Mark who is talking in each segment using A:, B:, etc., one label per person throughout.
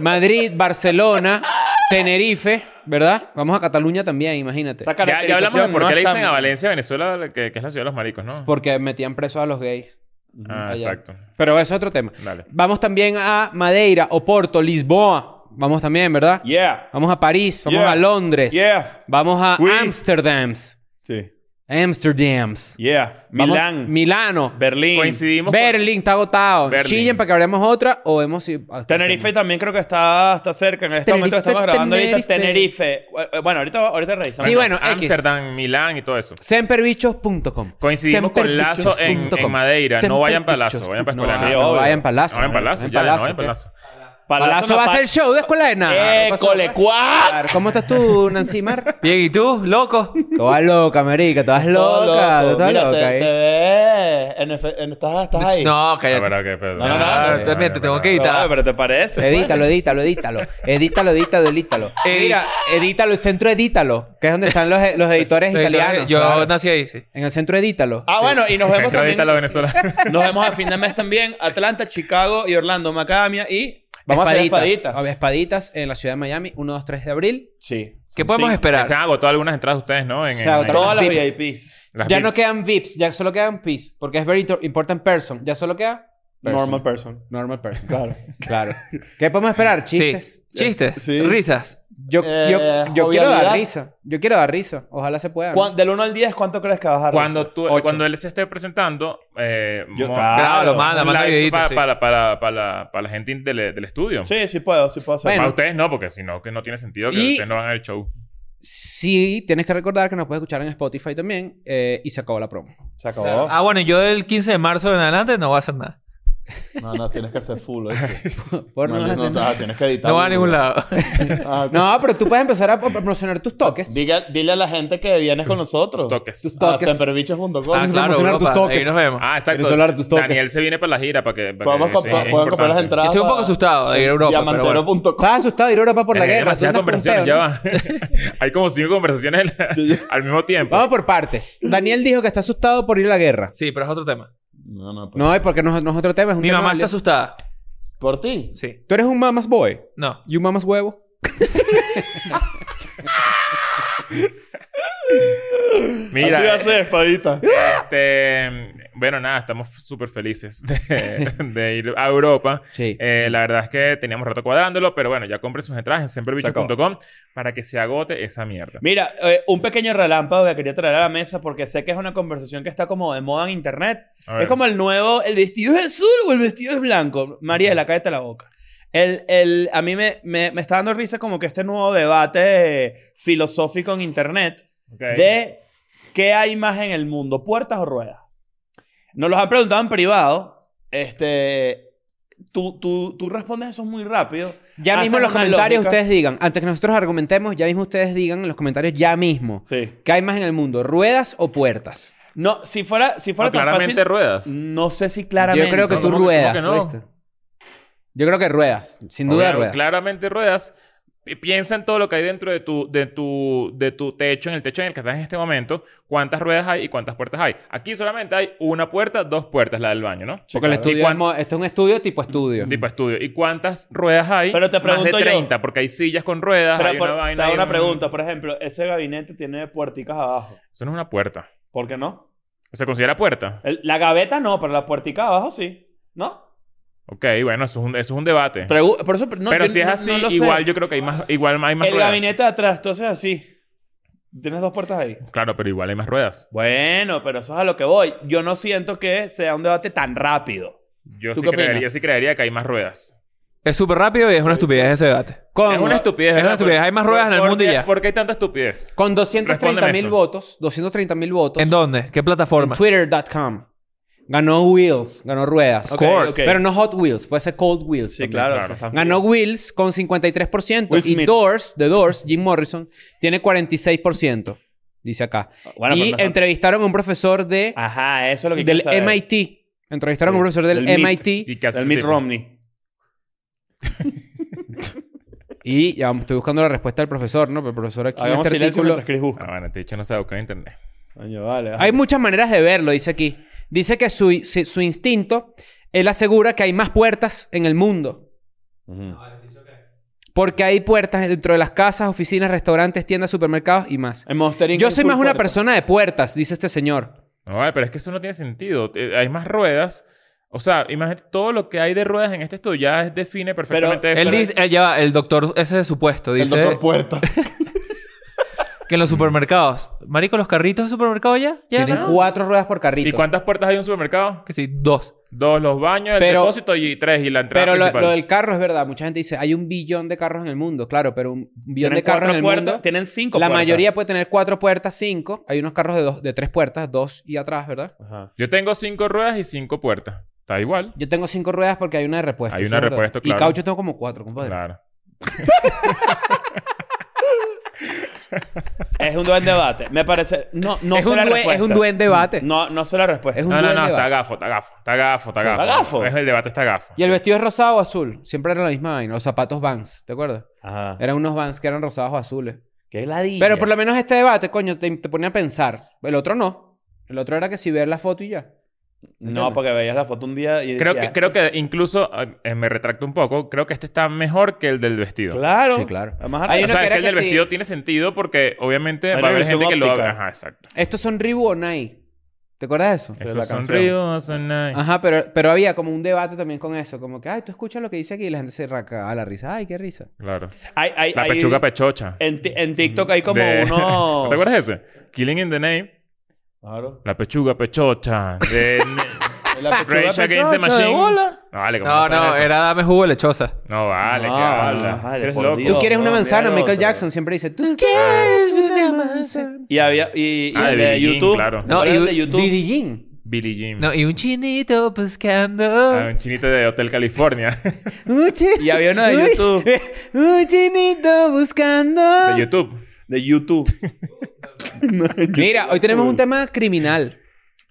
A: Madrid, Barcelona, Tenerife, ¿verdad? Vamos a Cataluña también, imagínate.
B: Esa
C: Ya, ya hablamos de
B: caracterización
C: por
B: no
C: qué le
B: está-
C: dicen a Valencia, Venezuela, que, que es la ciudad de los maricos, ¿no?
A: Porque metían presos a los gays.
C: ah,
A: allá.
C: exacto.
A: Pero eso es otro tema.
C: Dale.
A: Vamos también a Madeira, Oporto, Lisboa. Vamos también, ¿verdad?
B: Yeah.
A: Vamos a París, vamos
B: Yeah.
A: a Londres.
B: Yeah.
A: Vamos a
B: Oui.
A: Amsterdams.
B: Sí.
A: Amsterdams.
B: Yeah.
A: Vamos-
B: Milán.
A: Milano.
B: Berlín.
C: Coincidimos. con-
A: Berlín está agotado.
C: Berlín.
A: Chillen para que abramos otra o vemos si.
B: Tenerife también creo que está, está cerca. En este momento
A: Tenerife,
B: estamos grabando ahorita
A: Tenerife.
B: Tenerife. Eh, Bueno, ahorita, ahorita revisamos.
A: Sí, bueno, X.
C: Amsterdam, Milán y todo eso.
A: Semperbichos.com.
C: Coincidimos con Lazo en, en Madeira. No vayan para Lazo, vayan para Escuela de
A: No,
C: Nada.
B: sí,
A: no
B: obvio.
A: vayan para Lazo.
C: No vayan para Lazo, ya, no vayan para Lazo.
A: Palazo, va a
B: no
A: hacer el show de Escuela de Nada.
B: pa-
A: ¿Qué pasó?
B: ¡École, cuá!
A: Claro, ¿Cómo estás tú, Nancy Mar?
D: Bien, ¿y tú? Loco.
A: Toda loca, marica. Todas
B: Todo
A: loca.
B: loco.
A: Todas
B: Mira,
A: loca. ¿eh?
B: te-
A: ahí.
B: te ves en efe- en- Estás estás ahí.
D: No, cállate.
C: Ah, pero, ok, pero-
B: No, no, no,
C: Ah,
B: no,
C: ya,
D: también
C: ya,
D: te
C: ya,
D: tengo
C: ya.
D: que ir. edita.
B: Oye, pero te parece. pues.
A: Edítalo, edítalo, edítalo. Edítalo, edítalo, edítalo.
D: Edit-
A: Mira, edítalo, el centro edítalo, que es donde están los, los editores
D: Soy
A: italianos.
D: Yo
A: claro.
D: nací ahí, sí.
A: En el centro edítalo.
B: Ah, bueno, y nos vemos
C: Centro de
B: también.
C: Italo Venezuela.
B: Nos vemos a fin de mes también. Atlanta, Chicago y Orlando, Macamia y.
A: Vamos
B: espaditas.
A: a hacer espaditas. Espaditas en la ciudad de Miami, 1, 2, 3 de abril.
B: Sí.
D: ¿Qué podemos
B: Sí.
D: esperar?
C: Se han agotado algunas entradas de ustedes, ¿no? En,
A: Se agotaron
B: Todas las
A: Vips.
B: VIPs.
C: las
A: ya
C: VIPs.
A: no quedan VIPs, ya solo quedan PIS, porque es Very Inter- Important Person. Ya solo queda
B: Normal person.
A: Normal Person.
B: Claro.
A: Claro. ¿Qué podemos esperar? Chistes.
D: Sí. Chistes.
B: Sí.
D: Risas.
A: Yo,
B: Eh,
A: yo, yo quiero dar
B: jovialidad.
A: risa. Yo quiero dar risa. Ojalá se pueda. ¿no?
B: ¿Cuán- Del 1 al 10, ¿cuánto crees que vas a
C: Cuando, tú,
A: Ocho.
C: cuando él se esté presentando, eh,
B: Yo-
C: mo-
B: claro,
D: Claro, manda,
C: un
D: manda
C: live
D: videitos.
C: pa-
D: sí.
C: para, para, para, para la gente del, del estudio.
B: Sí, sí puedo, sí puedo hacer.
A: Bueno.
C: Para ustedes no, porque si no, que no tiene sentido que
A: Y-
C: ustedes no hagan el show.
A: Sí, tienes que recordar que nos puedes escuchar en Spotify también. eh, y se acabó la promo.
B: Se acabó.
D: Ah, bueno, yo el 15 de marzo en adelante no voy a hacer nada.
B: No, no, tienes que hacer full.
A: Por no hacer nada.
B: tienes que editar. Ah,
D: No voy a ningún lado. Ah,
A: No, pero tú puedes empezar a promocionar tus toques.
B: Dile, dile a la gente que vienes con nosotros.
C: Tus toques.
A: Tus
B: A
A: toques.
B: semperbichos.com.
D: Ah,
A: Vamos a
D: claro,
A: promocionar tus
D: Europa.
A: toques.
D: Ahí nos vemos.
C: Ah, exacto.
A: ¿Quieres hablar de tus toques?
C: Daniel se viene para la gira para que. para
B: Podemos
C: que- sí,
B: comprar-
C: es
B: pueden comprar las
C: importante.
B: entradas.
D: Estoy un poco asustado de ir a Europa, pero bueno.
B: Diamantero.com.
A: Estás asustado de ir a Europa por la
C: Eh,
A: guerra.
C: demasiadas
A: tú andas con
C: conversaciones,
A: un
C: ya
A: peo, ¿no?
C: va. Hay como cinco conversaciones al mismo tiempo.
B: Ah,
A: Vamos por partes. Daniel dijo que está asustado por ir a la guerra.
D: Sí, pero es otro tema.
B: No, no, pues. pero-
A: No, es porque no, es- no es otro tema. Es un
D: Mi
A: tema
D: mamá
A: de-
D: está asustada.
B: ¿Por ti?
D: Sí.
A: Tú eres un mamas boy
D: No.
A: y un mamas huevo.
C: Mira,
B: Así va a ser, espadita.
C: este, bueno, nada, estamos súper felices de, de ir a Europa.
A: Sí.
C: Eh, la verdad es que teníamos rato cuadrándolo, pero bueno, ya compren sus entradas en semperbicho.com para que se agote esa mierda.
B: Mira, eh, un pequeño relámpago que quería traer a la mesa porque sé que es una conversación que está como de moda en internet.
C: A ver.
B: Es como el nuevo, el vestido es azul o el vestido es blanco. Mariela, cállate la boca. El, el, a mí me, me, me está dando risa como que este nuevo debate filosófico en internet
C: Ok.
B: de qué hay más en el mundo, puertas o ruedas. Nos los han preguntado en privado. Este, tú, tú, tú respondes eso muy rápido.
A: Ya mismo en los
B: Haces una
A: comentarios
B: lógica.
A: ustedes digan, antes que nosotros argumentemos, ya mismo ustedes digan en los comentarios ya mismo.
B: Sí.
A: ¿Qué hay más en el mundo? ¿Ruedas o puertas?
B: No, si fuera, si fuera
C: No,
B: tan
C: claramente
B: fácil,
C: ruedas.
B: No sé si claramente.
A: Yo creo que tú
D: ¿Cómo que-
A: ruedas.
D: cómo que no?
A: ¿oíste? Yo creo que ruedas, sin duda
C: Obvio,
A: ruedas.
C: Claramente ruedas. Pi- Piensa en todo lo que hay dentro de tu, de, tu, de tu techo, en el techo en el que estás en este momento, cuántas ruedas hay y cuántas puertas hay. Aquí solamente hay una puerta, dos puertas, la del baño, ¿no?
A: Porque el
C: ¿Y
A: estudio
C: cuán-
A: es mo- esto es un estudio tipo estudio.
C: tipo estudio. ¿Y cuántas ruedas hay?
B: Pero te
C: Más
B: pregunto
C: de
B: yo.
C: 30, porque hay sillas con ruedas,
B: Pero
C: hay
B: por-
C: una
B: te
C: vaina.
B: hago
C: hay
B: una
C: un-
B: pregunta, por ejemplo, ese gabinete tiene puerticas abajo.
C: Eso no es una puerta.
B: ¿Por qué no?
C: ¿Se considera puerta?
B: El- la gaveta no, pero la puertica abajo sí. ¿No?
C: Ok, bueno, eso es un, eso es un debate. Pero,
B: Pregu- por eso, no, yo
C: si es
B: no-
C: así,
B: no lo sé.
C: igual yo creo que hay más, igual hay más
B: El
C: ruedas.
B: gabinete de atrás, tú haces así. Tienes dos puertas ahí.
C: Claro, pero igual hay más ruedas.
B: Bueno, pero eso es a lo que voy. Yo no siento que sea un debate tan rápido.
C: Yo
A: ¿Tú
C: sí,
A: qué
C: creería,
A: opinas?
C: yo sí creería que hay más ruedas.
D: Es súper rápido y es una estupidez ese debate.
A: Con,
C: Es una estupidez.
D: Es
C: ¿verdad?
D: una estupidez. Hay más ruedas en el
C: ¿Por
D: mundo y
C: qué-
D: ya.
C: ¿Por qué hay tanta estupidez?
A: con 230
C: Respóndeme
A: mil
C: eso.
A: votos, 230 mil votos.
D: ¿En dónde? ¿Qué
A: en
D: plataforma?
A: Twitter.com. Ganó Wheels, ganó ruedas.
D: Of course.
B: ok.
A: Pero no Hot Wheels, puede ser Cold Wheels.
B: Sí,
A: también.
B: claro.
C: claro.
B: está-
A: Ganó Wheels con 53%
B: Will
A: y
B: Smith.
A: Doors, The Doors, Jim Morrison, tiene 46%, dice acá.
B: Bueno, pero
A: y
B: no-
A: entrevistaron a un profesor de,
B: Ajá, eso es lo que
A: del
B: quiero saber.
A: MIT. Entrevistaron a
B: Sí,
A: un profesor del,
B: del MIT.
A: MIT
C: ¿Y qué hace
B: Del
C: ese
B: Mitt
C: tipo?
B: Romney.
A: y ya estoy buscando la respuesta del profesor, ¿no? Pero el profesor aquí en
B: Hagamos
A: este
B: silencio
A: artículo...
B: mientras Chris busca.
C: Ah, bueno, este dicho no se busca en internet.
B: Coño, vale. ajá.
A: Hay muchas maneras de verlo, dice aquí. Dice que su, su- su instinto, él asegura que hay más puertas en el mundo.
B: Ujú.
A: Porque hay puertas dentro de las casas, oficinas, restaurantes, tiendas, supermercados y más.
B: En Monster Inc.
A: Yo
B: hay
A: soy
B: full
A: más una
B: puertas.
A: persona de puertas, dice este señor.
C: No, vale, pero es que eso no tiene sentido. Eh, Hay más ruedas. O sea, imagínate, todo lo que hay de ruedas en este estudio ya es- define perfectamente eso.
D: Él dice, eh, ya va, el doctor, ese es su puesto,
B: El
D: dice
B: doctor Puerta.
D: que en los supermercados, marico, los carritos de supermercado ya, ya
A: Tienen
D: ganaron?
A: cuatro ruedas por carrito.
C: ¿Y cuántas puertas hay en un supermercado?
D: que sí, dos.
C: Dos, los baños, el
A: Pero-
C: depósito y tres, y la entrada
A: Pero lo,
C: principal.
A: lo del carro es verdad. Mucha gente dice, hay un billón de carros en el mundo. Claro, pero un billón de carros en el mundo...
B: Tienen cinco
A: La
B: puertas.
A: mayoría puede tener cuatro puertas, cinco. Hay unos carros de, dos, de tres puertas, dos y atrás, ¿verdad?
B: Ajá.
C: Yo tengo cinco ruedas y cinco puertas. Está igual.
A: Yo tengo cinco ruedas porque hay una de repuesto.
C: Hay
A: eso
C: una
A: es
C: de
A: verdad.
C: repuesto, claro.
A: Y caucho tengo como cuatro, compadre.
C: Claro.
B: Es un buen debate. Me parece. No, no
A: Es
B: sé
A: un
B: la
A: due-
B: respuesta.
A: es un buen debate.
B: No, no sé la respuesta.
A: Es un
C: No, no,
A: buen
C: no, está
A: debate.
C: gafo, está gafo, está gafo, está
B: Sí,
C: gafo.
B: está gafo.
C: Es el debate, está gafo.
A: Y el vestido es rosado o azul. Siempre era la misma vaina. Los zapatos Vans, ¿te acuerdas?
C: Ah.
B: Ajá.
A: Eran unos Vans que eran rosados o azules.
B: Qué ladilla.
A: Pero por lo menos este debate, coño, te, te ponía a pensar. El otro no. El otro era que si ver la foto y ya.
B: No, porque veías la foto un día y
C: Creo
B: decías,
C: que, creo que incluso, eh, me retracto un poco, creo que este está mejor que el del vestido.
B: Claro.
A: Sí, claro.
B: Además,
A: Hay
C: o
A: uno
C: sea,
A: que
C: es
A: era
C: que el del
A: que sí.
C: vestido tiene sentido porque obviamente
B: Hay
C: va
B: una
C: a haber gente
B: versión
C: que lo
B: óptica.
C: haga. Ajá, exacto.
A: Estos son Reebok o Nike. ¿Te acuerdas de eso?
B: Sí,
C: Esos
B: la
C: son
B: canción.
C: ríos, son nice.
A: Ajá, pero, pero había como un debate también con eso. Como que, ay, tú escuchas lo que dice aquí y la gente se raca a la risa. Ay, qué risa.
C: Claro.
B: hay, hay,
C: La
B: hay-
C: pechuga pechocha.
B: En, ti- en TikTok hay como
C: De-
B: uno.
C: ¿No te acuerdas de ese? Killing in the Name.
B: Claro.
C: La pechuga pechocha. De...
B: La pechuga
C: Ah, Rage Against the
B: pechocha de
C: Machine.
B: bola.
C: No, vale, ¿cómo
D: No,
C: sabes
D: no,
C: eso?
D: era dame jugo de lechosa.
C: No, vale,
B: No,
C: qué habla.
B: vale,
C: Eres
B: por
C: loco.
B: Dios.
A: Tú quieres una
B: no,
A: manzana.
B: mira el
A: Michael
B: otro.
A: Jackson siempre dice, tú quieres una manzana.
B: Y había. Y, y
C: Ah,
B: el
C: de
B: de,
C: Billie Jean,
B: YouTube.
C: claro.
B: ¿Te
D: No,
B: acuerdas
D: y-
B: del de YouTube.
A: Didi Jean.
C: Billie Jean.
D: No, y un chinito pues,
C: Ah,
D: pescando.
C: un chinito de Hotel California.
A: Un chi-
B: Y había uno de
A: un-
B: YouTube.
A: Un chinito buscando.
B: Ah.
C: de YouTube.
B: De YouTube. No, de
A: Mira, hoy tenemos
B: YouTube.
A: un tema criminal.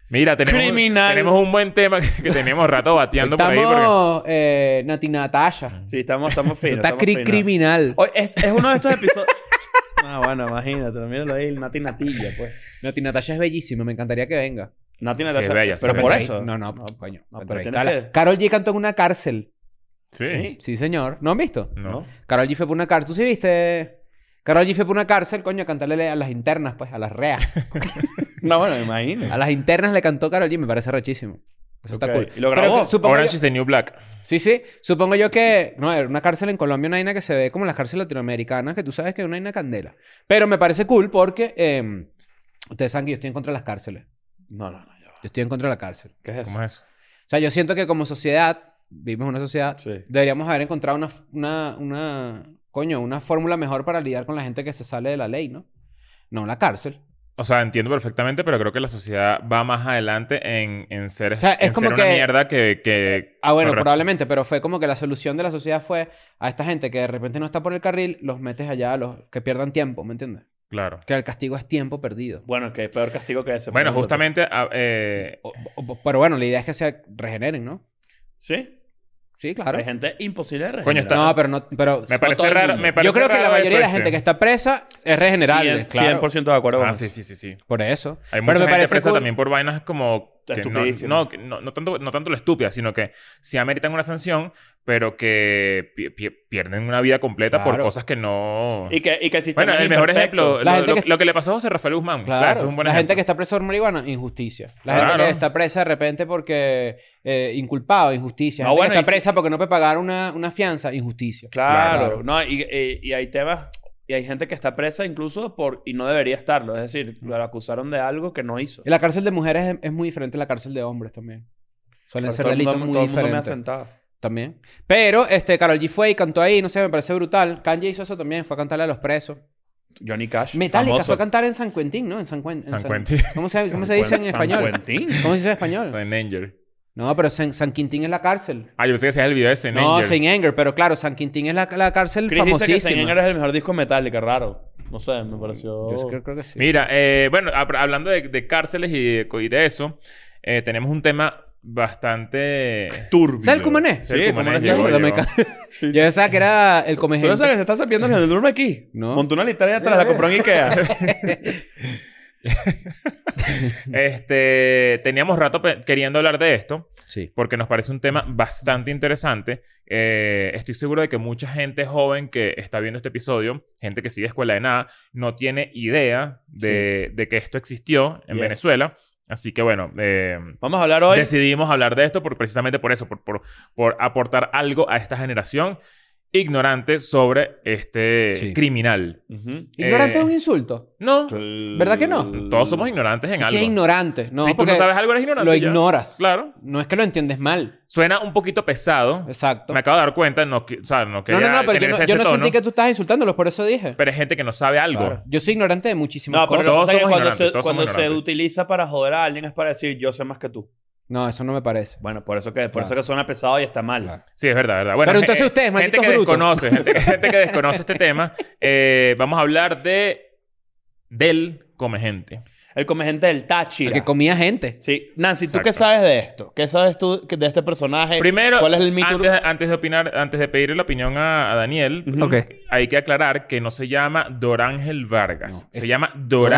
C: Mira, tenemos,
B: Criminal.
C: tenemos un buen tema que, que tenemos rato bateando por ahí. Porque...
A: Estamos eh, Nati Natasha.
B: Sí, estamos, estamos
A: Tú
B: finos.
A: estás
B: estamos Oh.
A: cri-
B: finos.
A: criminal.
B: Oye, es, es uno de estos episodios. ah, bueno, imagínate, míralo ahí, el Nati Natilla, pues.
A: Nati Natasha es bellísima. Me encantaría que venga.
C: Sí,
B: Nati Natilla.
C: es bella,
B: pero
C: sí, es
B: por
C: bella.
B: eso.
A: No, no, coño.
B: no,
A: pero
B: pero
A: ahí
B: tienes
A: está la-
B: que-
A: Carol G cantó en una cárcel.
C: Sí.
A: Sí, señor. ¿No han visto?
C: No.
B: Mm.
A: Carol G fue por una cárcel. ¿Tú sí viste? Carol G fue por una cárcel, coño, a cantarle a las internas, pues, a las reas.
B: No, bueno, me imagino.
A: A las internas le cantó Carol G, me parece rechísimo. Eso está
B: Ok.
A: cool.
B: ¿Y lo
A: Pero
B: grabó?
A: que- supongo
C: Orange
A: yo-
C: is the New Black.
A: Sí, sí. Supongo yo que... No, era una cárcel en Colombia, una vaina que se ve como las cárceles latinoamericanas, que tú sabes que es una vaina candela. Pero me parece cool porque... eh, ustedes saben que yo estoy en contra de las cárceles.
B: No, no, no. ya va.
A: Yo estoy en contra de la cárcel.
B: ¿Qué es eso?
C: ¿Cómo es eso?
A: O sea, yo siento que como sociedad, vivimos en una sociedad,
B: Sí.
A: deberíamos haber encontrado una, una, una, coño, una fórmula mejor para lidiar con la gente que se sale de la ley, ¿no? No la cárcel.
C: O sea, entiendo perfectamente, pero creo que la sociedad va más adelante en, en ser,
A: sea, es
C: en ser
A: como que-
C: una mierda que... que
A: Ah, bueno,
C: correcto.
A: probablemente, pero fue como que la solución de la sociedad fue a esta gente que de repente no está por el carril, los metes allá, a los que pierdan tiempo, ¿me entiendes?
C: Claro.
A: Que el castigo es tiempo perdido.
B: Bueno, que es peor castigo que ese.
C: Bueno,
B: por ejemplo. pues.
C: justamente... a- eh,
A: O- o- pero bueno, la idea es que se regeneren, ¿no?
B: Sí.
A: Sí, claro.
B: Hay gente imposible de
C: Coño,
B: regenerar.
C: está-
A: No, pero no.
C: Me
A: Pero no
C: parece
A: Pues, todo el
C: raro-
A: mundo.
C: me parece
A: Yo creo que la
C: raro
A: mayoría de la
C: eso,
A: gente
C: este.
A: que está presa es regenerable.
B: 100%,
A: claro.
B: 100% de acuerdo con
C: ah,
B: eso.
C: sí, sí, sí, sí.
A: Por eso.
C: Hay
A: Pero
C: mucha
A: me
C: gente
A: parece
C: presa
A: cool.
C: también por vainas como... que no-
B: Estupidísimo.
C: no, que no, no tanto, no tanto lo estúpida, sino que sí ameritan una sanción, pero que pi- pi- pierden una vida completa por
A: Claro.
C: cosas que no...
B: Y que, y que el sistema
C: Bueno,
B: es
C: el mejor
B: imperfecto.
C: ejemplo,
A: La
C: lo,
A: gente
C: lo-
A: que-
C: lo que le pasó a José Rafael Guzmán.
A: Claro.
C: Claro, eso es un buen
A: la gente que
C: ejemplo.
A: está presa por marihuana, injusticia. La gente
C: Claro.
A: que está presa de repente porque eh, inculpado, injusticia. La
B: No,
A: gente
B: bueno,
A: que
B: y
A: está
B: si-
A: presa porque no puede pagar una, una fianza, injusticia.
B: Claro,
A: Claro.
B: no, y, y- y hay temas, y hay gente que está presa incluso por, y no debería estarlo, es decir, lo acusaron de algo que no hizo.
A: Y La cárcel de mujeres es, es muy diferente a la cárcel de hombres también. Suelen
B: Pero
A: ser
B: todo el mundo-
A: delitos muy
B: todo el mundo me ha
A: diferentes.
B: sentado.
A: También. Pero este, Carol G fue y cantó ahí, no sé, me parece brutal. Kanye hizo eso también, fue a cantarle a los presos.
B: Johnny Cash.
A: Metallica
B: famoso.
A: fue a cantar en San Quentin, ¿no? En San, Cuen- en
C: San Quentin.
A: ¿Cómo se, cómo
B: San
A: se dice en
B: Cuen-
A: español?
B: San Quentin.
A: ¿Cómo se dice en español?
C: Saint Anger.
A: No, pero San, San Quintín es la cárcel.
C: Ah, yo pensé que hacías el video de Saint
A: No,
C: Anger.
A: Saint Anger, pero claro, San Quintín es la, la cárcel
B: Chris dice que Saint
A: famosísima.
B: Anger es el mejor disco de Metallica, raro. No sé, me pareció...
C: Oh.
A: Yo creo, creo que sí.
C: Mira, eh, bueno, hab- hablando de, de cárceles y de, y de eso, eh, tenemos un tema bastante...
B: Turbio.
A: ¿Sabes cómo es?
C: Sí,
B: Sí,
C: como
B: como
C: no
B: no
C: llegó,
B: está-
A: Yo me
C: llegó.
A: ca- Yo pensaba que era el
B: ¿Tú no sabes que
A: comegente.
B: se está sabiendo en el Durma aquí?
A: No.
B: Montó una literaria atrás,
A: Mira,
B: la compró en Ikea.
C: Este, teníamos rato pe- queriendo hablar de esto
A: Sí.
C: porque nos parece un tema bastante interesante. Eh, estoy seguro de que mucha gente joven que está viendo este episodio, gente que sigue Escuela de Nada, no tiene idea de, de que esto existió en
B: Yes.
C: Venezuela. Así que bueno, eh,
B: Vamos a hablar hoy.
C: decidimos hablar de esto por, precisamente por eso, por, por, por aportar algo a esta generación ignorante sobre este
A: Sí.
C: criminal.
B: Ujú.
A: Ignorante
C: Eh,
A: es un insulto.
C: No,
A: ¿Verdad que no?
C: todos somos ignorantes en
A: Sí,
C: algo.
A: es ignorante. No,
C: si tú
A: porque
C: no sabes algo, eres ignorante.
A: lo
C: ya.
A: ignoras.
C: Claro.
A: No es que lo entiendes mal.
C: Suena un poquito pesado.
A: Exacto.
C: Me acabo de dar cuenta, no, qui- o sea, no
A: No,
C: quería
A: no, no, pero yo
C: tener
A: no,
C: ese,
A: yo no
C: tono,
A: sentí que tú estás insultándolos, por eso dije.
C: pero es gente que no sabe algo.
A: Claro. Yo soy ignorante de muchísimas
B: No, pero
A: cosas.
B: lo que
C: Todos
B: pasa es que
C: somos
B: cuando, se,
C: ignorantes, todos
B: cuando
C: somos
B: se
C: ignorantes.
B: utiliza para joder a alguien es para decir yo sé más que tú.
A: No, eso no me parece.
B: Bueno, por eso que, por
A: Claro.
B: eso que suena pesado y está mal.
A: Claro.
C: Sí, es verdad, verdad. Bueno,
A: Pero
C: ge-
A: entonces
C: eh,
A: ustedes,
C: gente
A: malditos
C: que
A: brutos.
C: desconoce, gente, gente que desconoce este tema, eh, vamos a hablar de del come gente.
B: El comegente del Táchira.
A: Porque comía gente.
B: Sí. Nancy, ¿tú
C: Exacto.
B: qué sabes de esto? ¿Qué sabes tú que- de este personaje?
C: Primero,
B: ¿cuál es el mito?
C: antes, antes de opinar, antes de pedirle la opinión a, a Daniel,
B: Ujú.
D: Ok.
C: hay que aclarar que no se llama Dorángel Vargas,
A: No,
C: se
A: es
C: llama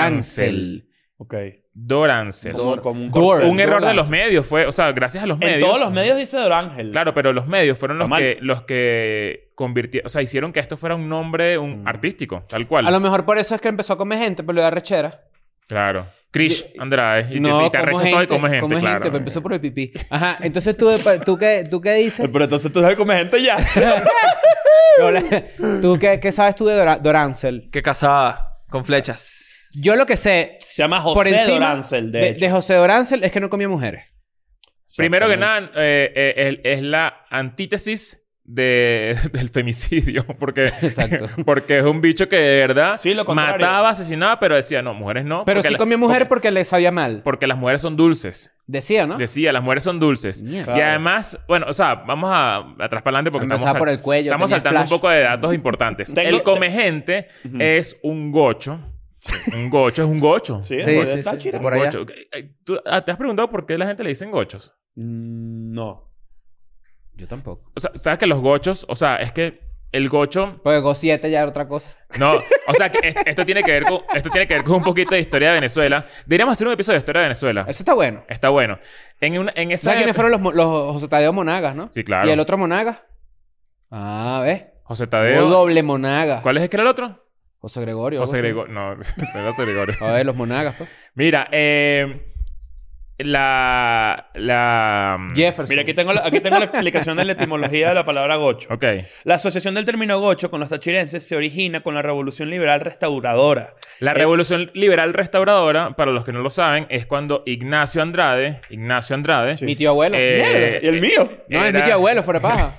C: Doráncel.
B: Ok.
C: Doráncel.
B: Como, como un
A: Dor-
B: corso.
C: Un error de
A: Doráncel.
C: los medios fue, o sea, gracias a los
B: En
C: medios.
B: todos los medios dice Dorángel.
C: Claro, pero los medios fueron los
B: Está mal.
C: que, los que convirtieron, o sea, hicieron que esto fuera un nombre un
B: Mm.
C: artístico, tal cual.
A: A lo mejor por eso es que empezó a comer gente, pero le da rechera.
C: Claro. Krish, Andrade. Y te, y te
A: como
C: arrechas todo y comes gente,
A: come
C: claro.
A: gente, pero empezó por el pipí. Ajá, entonces tú, tú, qué, tú qué dices.
B: Pero entonces tú eres el comegente ya.
A: Hola. ¿Tú qué, qué sabes tú de Dora- Dorancel?
D: Que casada con flechas.
A: Yo lo que sé
B: Se llama José
A: por encima
B: Dorángel, de,
A: de,
B: hecho.
A: de José Dorancel es que no comía mujeres.
C: Primero que nada, eh, eh, es, es la antítesis de- del femicidio. Porque,
A: Exacto.
C: porque es un bicho que de verdad
B: Sí, lo contrario.
C: mataba, asesinaba, pero decía, no, mujeres no.
A: Pero
C: porque
A: sí
C: la-
A: comía mujeres porque le sabía mal.
C: Porque las mujeres son dulces.
A: Decía, ¿no?
C: Decía, las mujeres son dulces.
A: Ah. Mierda.
C: Y además, bueno, o sea, vamos a atrás para adelante porque
A: Empezaba
C: estamos, sal-
A: ah, por el cuello,
C: estamos
A: tenía
C: saltando un
A: splash.
C: poco de datos importantes.
B: Tengo-
C: el comegente es un gocho. un gocho es un gocho.
B: Sí,
A: Sí,
B: por
A: sí,
B: el
A: sí,
B: Táchira.
A: por allá.
C: Gocho. Eh, ¿Tú, ah, ¿Te has preguntado por qué la gente le dicen gochos?
B: Mm, No.
A: Yo tampoco.
C: O sea, ¿sabes que los gochos? O sea, es que el gocho...
A: Porque Go 7 ya era otra cosa.
C: No, o sea, que es- esto, tiene que ver con, esto tiene que ver con un poquito de historia de Venezuela. Deberíamos hacer un episodio de historia de Venezuela.
A: Eso está bueno.
C: Está bueno. En, una- en esa
A: ¿Sabes quiénes
C: época-
A: fueron los, mo- los José Tadeo Monagas, no?
C: pues. Sí, claro.
A: ¿Y el otro Monagas? Ah, ¿ves?
C: José
A: O
C: Tadeo.
A: doble Monagas.
C: ¿Cuál es el que era el otro?
A: José Gregorio.
C: José
A: algo
C: Gregorio.
A: así.
C: Mm. No, no era José Gregorio.
A: A ver, los monagas, pues.
C: Mira, eh, la, la...
A: Jefferson.
B: Mira, aquí tengo, la, aquí tengo la explicación de la etimología de la palabra gocho.
C: Ok.
B: La asociación del término gocho con los tachirenses se origina con la revolución liberal restauradora.
C: La
B: Eh,
C: revolución liberal restauradora, para los que no lo saben, es cuando Ignacio Andrade, Ignacio Andrade,
A: Mi tío abuelo.
C: Eh,
B: ¡Mierda! ¿Y el mío?
A: no, es mi
C: era-
A: tío abuelo, fuera paja.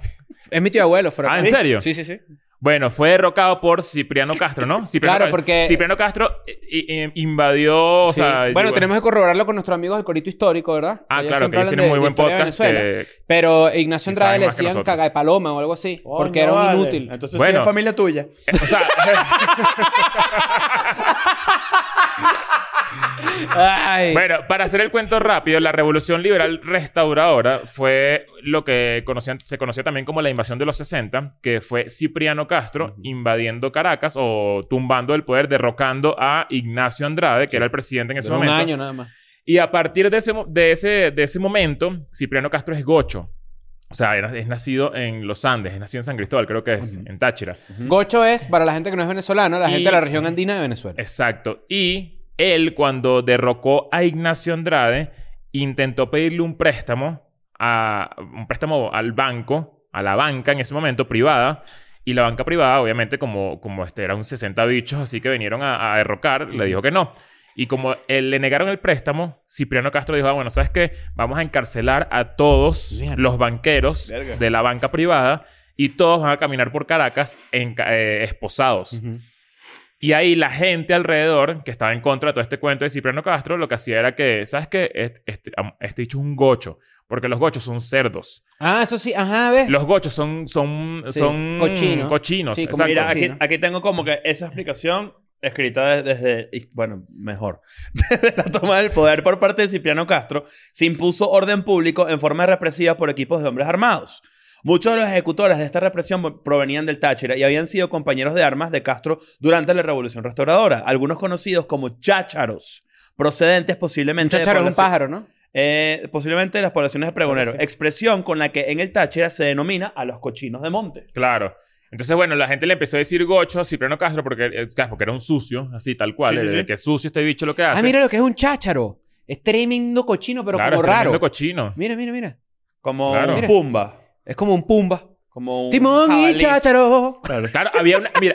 A: es mi tío abuelo, fuera
C: Ah,
A: paja.
C: ¿en serio?
A: Sí, sí, sí.
C: Bueno, fue derrocado por Cipriano Castro, ¿no? Cipriano
A: Claro,
C: Castro-
A: porque-
C: Cipriano Castro eh, eh, invadió, o
A: Sí.
C: sea...
A: bueno,
C: llegó-
A: tenemos que corroborarlo con nuestros amigos del Corito Histórico, ¿verdad?
C: Ah, claro,
A: siempre
C: que ellos
A: hablan
C: tienen muy
A: de
C: buen
A: historia de
C: podcast
A: Venezuela.
C: que...
A: Pero Ignacio
C: Que saben
A: Andrade le
C: más que
A: decían
C: nosotros.
A: caga de paloma o algo así, porque era
B: Coño,
A: un
B: vale.
A: inútil.
B: Entonces,
C: Bueno.
B: sí, es familia tuya.
C: eh, O sea,
A: Ay.
C: bueno, para hacer el cuento rápido, la revolución liberal restauradora fue lo que conocían, se conocía también como la invasión de los 60, que fue Cipriano Castro invadiendo Caracas o tumbando el poder, derrocando a Ignacio Andrade, que era el presidente en ese
A: Duró un
C: momento.
A: año nada más.
C: Y a partir de ese, mo- de ese, de ese momento, Cipriano Castro es gocho. O sea, era- es nacido en los Andes, es nacido en San Cristóbal, creo que es, en Táchira.
A: Gocho es, para la gente que no es venezolana, la
C: Y-
A: gente de la región andina de Venezuela.
C: Exacto. Y él, cuando derrocó a Ignacio Andrade, intentó pedirle un préstamo, a, un préstamo al banco, a la banca en ese momento, privada. Y la banca privada, obviamente, como, como este, eran 60 bichos, así que vinieron a, a derrocar, le dijo que no. Y como eh, le negaron el préstamo, Cipriano Castro dijo, ah, bueno, ¿sabes qué? Vamos a encarcelar a todos
A: Mierda.
C: los banqueros
B: Verga.
C: de la banca privada y todos van a caminar por Caracas en, ca- eh, esposados. Y ahí la gente alrededor que estaba en contra de todo este cuento de Cipriano Castro, lo que hacía era que, ¿sabes qué? Este, este, am- este dicho es un gocho, porque los gochos son cerdos.
A: Ah, eso sí, ajá, ¿ves?
C: Los gochos son, son,
A: Sí,
C: son
A: cochino.
C: cochinos.
A: Sí, como-
C: exacto.
B: Mira,
A: Sí,
B: aquí,
A: ¿no?
B: aquí tengo como que esa explicación escrita de- desde, y, bueno, mejor, desde la toma del poder por parte de Cipriano Castro, se impuso orden público en forma represiva por equipos de hombres armados. Muchos de los ejecutores de esta represión provenían del Táchira y habían sido compañeros de armas de Castro durante la Revolución Restauradora, algunos conocidos como chácharos, procedentes
A: Un
B: posiblemente
A: chácharo es un
B: poblaci-
A: pájaro, ¿no?
B: eh, posiblemente de las poblaciones de pregoneros,
A: Población.
B: expresión con la que en el Táchira se denomina a los cochinos de monte.
C: Claro. Entonces, bueno, la gente le empezó a decir gocho a Cipriano Castro porque, eh, porque era un sucio, así tal cual.
B: Sí, sí,
C: desde
B: sí.
C: que es sucio este bicho lo que hace.
A: Ah, mira lo que es un chácharo. Es tremendo cochino, pero
C: Claro,
A: como
C: es tremendo
A: raro.
C: cochino.
A: Mira, mira, mira.
B: Como
C: Claro.
B: un
C: Mira.
B: pumba.
A: Es como un pumba.
B: Como un
A: Timón y
B: jabalí.
A: chácharo.
C: Claro, había una... Mira,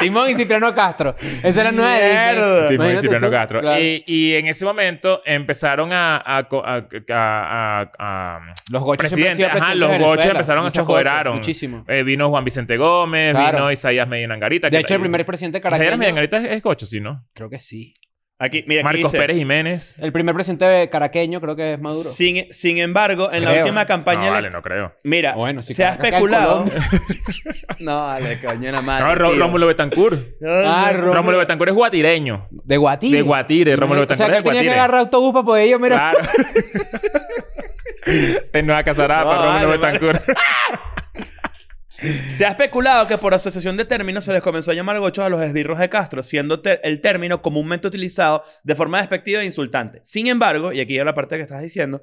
A: Timón y Cipriano Castro. Esa era nueva
B: Mierda.
A: de
C: Timón y
A: Imagínate
C: Cipriano
A: tú.
C: Castro.
A: Claro.
C: Y, y en ese momento empezaron a- a co- a- a- a- a
A: Los gochos siempre han
C: Presidente,
A: sido
C: ajá,
A: presidentes
C: los
A: de
C: gochos
A: Venezuela.
C: empezaron a
A: Muchos
C: se
A: gochos,
C: apoderaron.
A: Muchísimo.
C: Eh, vino Juan Vicente Gómez,
A: Claro.
C: vino Isaías Medina Angarita.
A: De
C: que-
A: hecho, el primer presidente
C: Isaías
A: caraqueño...
C: Medina Angarita es, es gocho, ¿sí, no?
A: Creo que sí.
B: Aquí, mira, aquí
C: Marcos
B: dice,
C: Pérez Jiménez.
A: El primer presidente caraqueño creo que es Maduro.
B: Sin, sin embargo, en la
A: Creo.
B: última campaña...
C: No,
B: ele-
C: vale, no creo.
B: Mira,
A: Bueno, sí,
B: se ha
A: Caracas queda en
B: especulado...
A: Colombia.
B: no, vale, coño, la madre.
C: No, Ro-
B: tío.
C: Rómulo Betancourt.
A: Ah, Rómulo-
C: Rómulo Betancourt es guatireño.
A: De Guatire.
C: De Guatire, Rómulo
A: O sea,
C: Betancourt
A: que
C: es de
A: él tenía que
C: Guatire.
A: agarrar autobús para poder ir. Mira,
C: Claro. en Nueva Casarapa,
B: No,
C: Rómulo
B: vale, vale.
C: Betancourt.
B: Se ha especulado que por asociación de términos se les comenzó a llamar gochos a los esbirros de Castro, siendo ter- el término comúnmente utilizado de forma despectiva e insultante. Sin embargo, y aquí ya la parte que estás diciendo,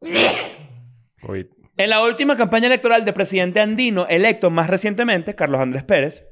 C: Uy,
B: En la última campaña electoral del presidente andino electo más recientemente, Carlos Andrés Pérez,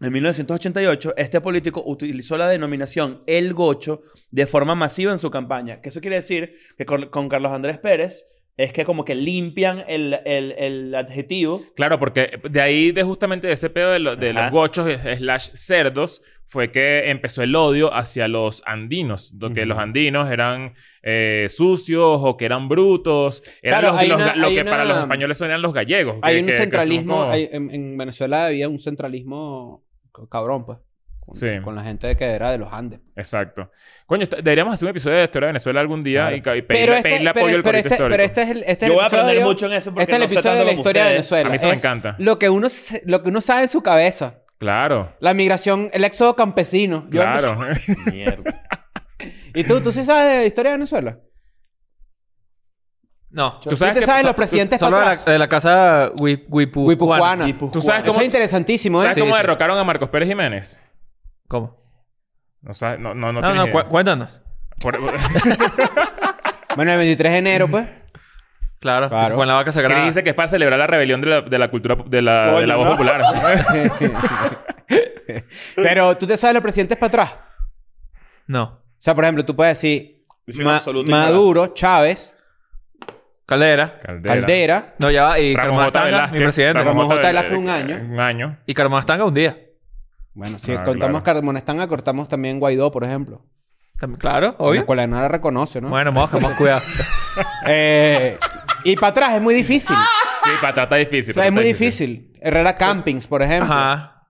B: en 1988, este político utilizó la denominación el gocho de forma masiva en su campaña. Que eso quiere decir que con, con Carlos Andrés Pérez es que como que limpian el, el- el adjetivo.
C: Claro, porque de ahí, de justamente de ese pedo de, lo- de
B: Ajá.
C: los gochos es- slash cerdos, fue que empezó el odio hacia los andinos, lo que
A: Ujú.
C: los andinos eran eh, sucios o que eran brutos, eran
A: Claro,
C: los-
A: hay
C: los
A: una-
C: ga- lo
A: hay
C: que
A: una-
C: para los españoles son eran los gallegos. que-
A: hay un
C: que- que son
A: centralismo,
C: como-
A: hay- en, en Venezuela había un centralismo c- cabrón, pues. Con,
C: Sí.
A: con la gente de que era de los Andes.
C: Exacto. Coño, está- deberíamos hacer un episodio de la historia de Venezuela algún día
A: Claro.
C: y, ca- y pedirle, pedirle apoyo al
A: pero,
C: corito
A: este,
C: histórico.
A: pero este es el, este
B: Yo
A: es el
B: voy a
A: episodio,
B: aprender mucho en eso porque
A: Este es el
B: no sé
A: episodio
B: tanto
A: de la
B: como
A: historia de
B: ustedes.
A: Venezuela.
C: A mí eso me
A: Es
C: encanta.
A: Lo que, uno, se- lo que uno sabe en su cabeza.
C: Claro,
A: La migración, el éxodo campesino. Yo no
C: claro.
B: Mierda.
A: sé- ¿Y tú, tú sí sabes de la historia de Venezuela?
D: No.
C: Tú sabes
A: ¿Tú te
C: que-
A: sabes
C: so-
A: los presidentes
D: Solo de
A: para
D: la,
A: atrás?
D: de la casa Hui- Huipu-
A: Guipuzcoana.
C: ¿Tú sabes
A: Eso
C: cómo,
A: es interesantísimo, ¿eh?
C: sabes
D: Sí,
C: cómo
D: sí.
C: derrocaron a Marcos Pérez Jiménez?
D: ¿Cómo?
C: No, sabes- no, no, no,
D: No, no,
C: tienes idea.
D: cu- cuéntanos.
C: Por-
A: Bueno, el 23 de enero, pues.
D: Claro.
A: Claro.
D: Se fue en la vaca sagrada.
C: Chris dice que es para celebrar la rebelión de la, de la cultura de la,
B: Coño,
C: de la voz
B: ¿no?
C: popular.
A: Pero tú te sabes los presidentes para atrás.
D: No.
A: O sea, por ejemplo, tú puedes decir
B: Yo soy un
A: Ma-
B: absoluto
A: Maduro, Chávez,
D: Caldera.
C: Caldera.
A: Caldera.
D: No, ya va. Y
C: Ramos
D: Carmona
C: J.
D: Stanga, mi
C: Velázquez.
D: presidente.
A: Ramos- J.
C: Vel-
A: Velázquez un año.
C: Un año.
D: Y Carmona Stanga un día.
A: Bueno, si
C: Ah,
A: contamos
C: claro.
A: Carmona Stanga, cortamos también Guaidó, por ejemplo.
D: También- claro,
A: La
D: obvio.
A: escuela de nada la reconoce, ¿no?
D: Bueno, moja, más cuidado.
A: Eh, y para atrás es muy difícil.
C: Sí, para atrás está difícil.
A: o sea,
C: para
A: es muy
C: atrás está
A: difícil. Herrera Campings, por ejemplo.
D: Ajá.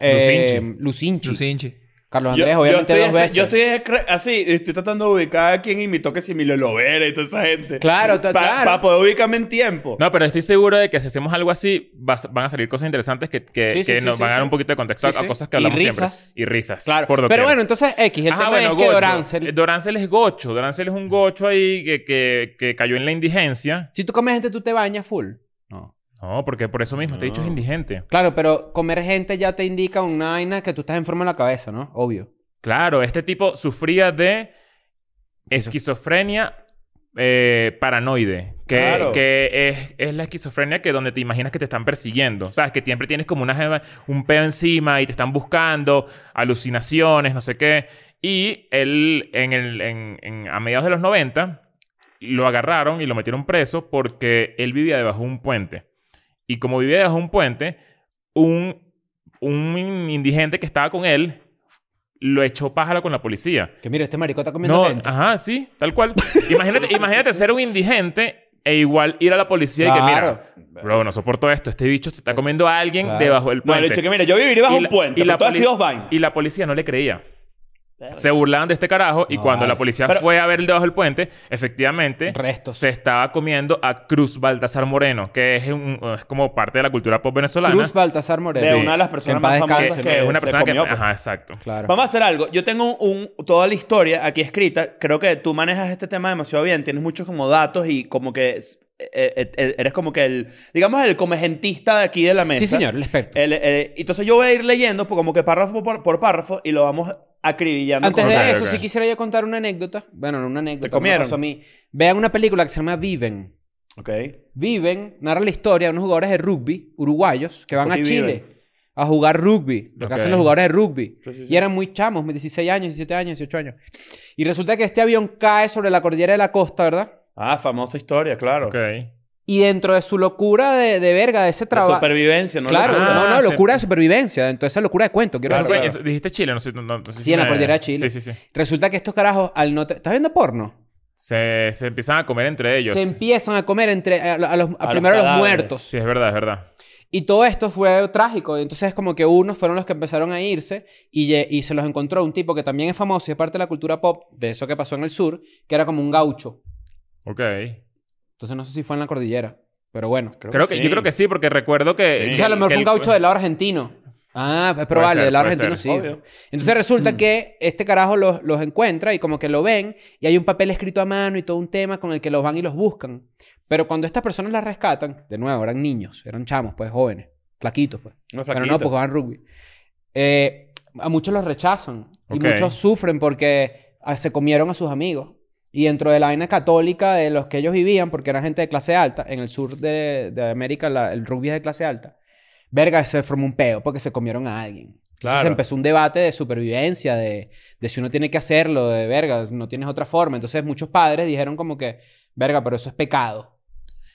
A: Eh,
C: Lucinchi.
A: Lucinchi.
D: Lucinchi.
A: Carlos
B: Yo,
A: Andrés,
B: yo
A: obviamente,
B: estoy,
A: dos veces.
B: yo estoy escre- así, estoy tratando de ubicar a quien imitó que si Milo Lovera y toda esa gente.
A: Claro, to- claro.
B: Para poder ubicarme en tiempo.
C: No, pero estoy seguro de que si hacemos algo así, vas- van a salir cosas interesantes que, que,
A: Sí, sí,
C: que
A: sí,
C: nos
A: sí,
C: van a dar
A: sí.
C: un poquito de contexto a-
A: Sí,
C: a
A: sí.
C: cosas que
A: Y
C: hablamos
A: risas.
C: siempre. Y risas.
A: Claro.
C: por doquier.
A: Pero bueno, entonces, X. El
C: Ajá,
A: tema
C: Ah, bueno,
A: es que
C: Gocho.
A: Dorancel...
C: Eh, Dorancel es gocho. Dorancel es un gocho ahí que, que, que cayó en la indigencia.
A: Si tú comes gente, tú te bañas full. No.
C: No, porque por eso mismo te he dicho es indigente.
A: Claro, pero comer gente ya te indica una vaina que tú estás enfermo en la cabeza, ¿no? Obvio.
C: Claro, este tipo sufría de esquizofrenia eh, paranoide. Que,
B: Claro.
C: que es, es la esquizofrenia que donde te imaginas que te están persiguiendo. Sabes que siempre tienes como una jeva- un peo encima y te están buscando, alucinaciones, no sé qué. Y él, en el, en- en- a mediados de los 90, lo agarraron y lo metieron preso porque él vivía debajo de un puente. Y como vivía debajo de un puente, un, un indigente que estaba con él lo echó pájaro con la policía.
A: Que mira, este maricota comiendo
C: No,
A: gente.
C: ajá, sí, tal cual. Imagínate, imagínate ser un indigente e igual ir a la policía y que mira, bro, no soporto esto, este bicho se está comiendo a alguien
A: Claro.
C: debajo del
B: No,
C: puente.
B: le he dicho que mira, yo viviré bajo
C: Y
B: un
C: la-
B: puente.
C: y
B: Y
C: la
B: tú has
C: poli-
B: sido dos vainas.
C: Y la policía no le creía. Se burlaban de este carajo y
A: No,
C: cuando
A: vale.
C: la policía
B: Pero-
C: fue a ver el debajo del puente, efectivamente
A: Restos.
C: se estaba comiendo a Cruz Baltasar Moreno, que es, un- es como parte de la cultura pop venezolana.
A: Cruz Baltasar
B: De
A: Moreno.
B: una de las personas
A: en paz
B: más
C: que,
A: descanse,
B: famosas que
C: es una
B: se
C: persona que...
B: comió, pues.
C: Ajá, exacto.
A: Claro.
B: Vamos a hacer algo. Yo tengo un, un- toda la historia aquí escrita. Creo que tú manejas este tema demasiado bien. Tienes muchos como datos y como que es- eh, eh, eh, eres como que el, digamos, el comegentista de aquí de la mesa.
A: Sí, señor, el experto.
B: El- el- entonces yo voy a ir leyendo pues, como que párrafo por, por párrafo y lo vamos acribillando.
A: Antes
B: con-
A: de
C: Ok,
A: eso,
C: ok.
A: sí quisiera yo contar una anécdota. Bueno, no una anécdota.
B: Te comieron.
A: me pasó a mí. Vean una película que se llama Viven.
B: Ok.
A: Viven narra la historia de unos jugadores de rugby uruguayos que van a
B: Porque
A: Chile
B: viven.
A: a jugar rugby. Lo que
C: Ok.
A: hacen los jugadores de rugby.
B: Sí, sí, sí.
A: Y eran muy chamos, 16 años, 17 años, 18 años. Y resulta que este avión cae sobre la cordillera de la costa, ¿verdad?
B: Ah, famosa historia, claro.
C: Ok.
A: Y dentro de su locura de, de verga, de ese
B: La
A: trabajo...
B: supervivencia, ¿no?
A: Claro,
C: Ah,
A: no, no,
C: sí.
A: locura de supervivencia. Dentro de esa locura de cuento, quiero
B: Claro,
A: decir.
B: claro.
C: Eso- Dijiste Chile, no sé. no- no- no sé
A: Sí,
C: si
A: en la
C: me-
A: cordillera de Chile.
C: Sí, sí, sí.
A: Resulta que estos carajos, al no... te- ¿Estás viendo porno?
C: Se, se empiezan a comer entre ellos.
A: Se empiezan a comer entre a, a los, a
B: A los
A: primero a los
B: cadáveres.
A: muertos.
C: Sí, es verdad, es verdad.
A: Y todo esto fue trágico. Entonces, como que unos fueron los que empezaron a irse y, lle- y se los encontró un tipo que también es famoso y es parte de la cultura pop, de eso que pasó en el sur, que era como un gaucho.
C: Ok.
A: Entonces, no sé si fue en la cordillera, pero bueno.
C: Creo que, Yo creo que sí, porque recuerdo que...
B: Sí.
C: que-
A: Entonces, a lo mejor
C: que
A: fue un
C: el-
A: gaucho del lado argentino. Ah, es probable,
C: ser,
A: del lado
C: puede
A: argentino
C: ser. Mm.
A: sí.
B: Obvio.
A: Entonces resulta que este carajo los, los encuentra y como que lo ven y hay un papel escrito a mano y todo un tema con el que los van y los buscan. Pero cuando estas personas las rescatan, de nuevo, eran niños, eran chamos, pues jóvenes, flaquitos, pues.
B: No,
A: Pero no,
B: flaquito.
A: porque juegan rugby. Eh, a muchos los rechazan
C: Ok.
A: y muchos sufren porque ah, se comieron a sus amigos. Y dentro de la vaina católica de los que ellos vivían, porque eran gente de clase alta, en el sur de, de América la- el rugby es de clase alta, verga, se formó un peo porque se comieron a alguien. Entonces
B: Claro.
A: empezó un debate de supervivencia, de, de si uno tiene que hacerlo, de verga, no tienes otra forma. Entonces muchos padres dijeron como que, verga, pero eso es pecado.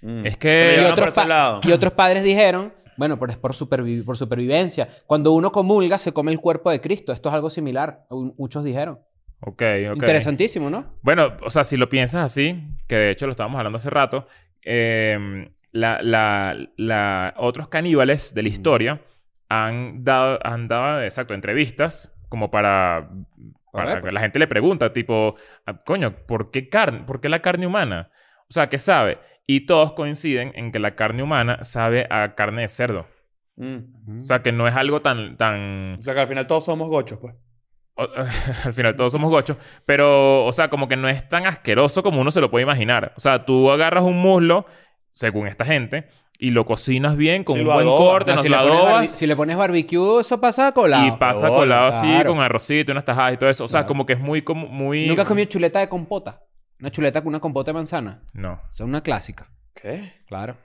B: Mm.
C: Es
B: Pero
C: que...
B: yo-
A: Y
B: no
A: otros,
B: por ese
A: pa-
B: lado.
A: y otros padres dijeron, bueno, pero es por, supervi- por supervivencia. Cuando uno comulga, se come el cuerpo de Cristo. Esto es algo similar. Un- muchos dijeron.
C: Ok, ok.
A: Interesantísimo, ¿no?
C: Bueno, o sea, si lo piensas así, que de hecho lo estábamos hablando hace rato, eh, la, la, la- otros caníbales de la historia han dado, han dado exacto, entrevistas como para, para
A: ver,
C: que la gente le pregunta, tipo, ah, coño, ¿por qué carne? ¿Por qué la carne humana? O sea, ¿qué sabe? Y todos coinciden en que la carne humana sabe a carne de cerdo.
B: Mm.
C: O sea, que no es algo tan... tan
B: O sea, que al final todos somos gochos, pues.
C: o- al final todos somos gochos, pero, o sea, como que no es tan asqueroso como uno se lo puede imaginar. O sea, tú agarras un muslo, según esta gente, y lo cocinas bien con
B: Sí,
C: un
B: lo
C: buen
B: adobas.
C: corte,
A: No,
C: nos
A: si,
C: lo
A: le pones barbi-
C: adobas
A: si le pones barbecue, eso pasa colado.
C: y pasa
B: Adobas,
C: colado así
A: claro.
C: con arrocito, y unas tajadas y todo eso. O sea,
A: Claro.
C: como que es muy, como, muy.
A: Nunca has comido chuleta de compota. Una chuleta con una compota de manzana.
C: No.
A: O sea, una clásica.
B: ¿Qué?
A: Claro.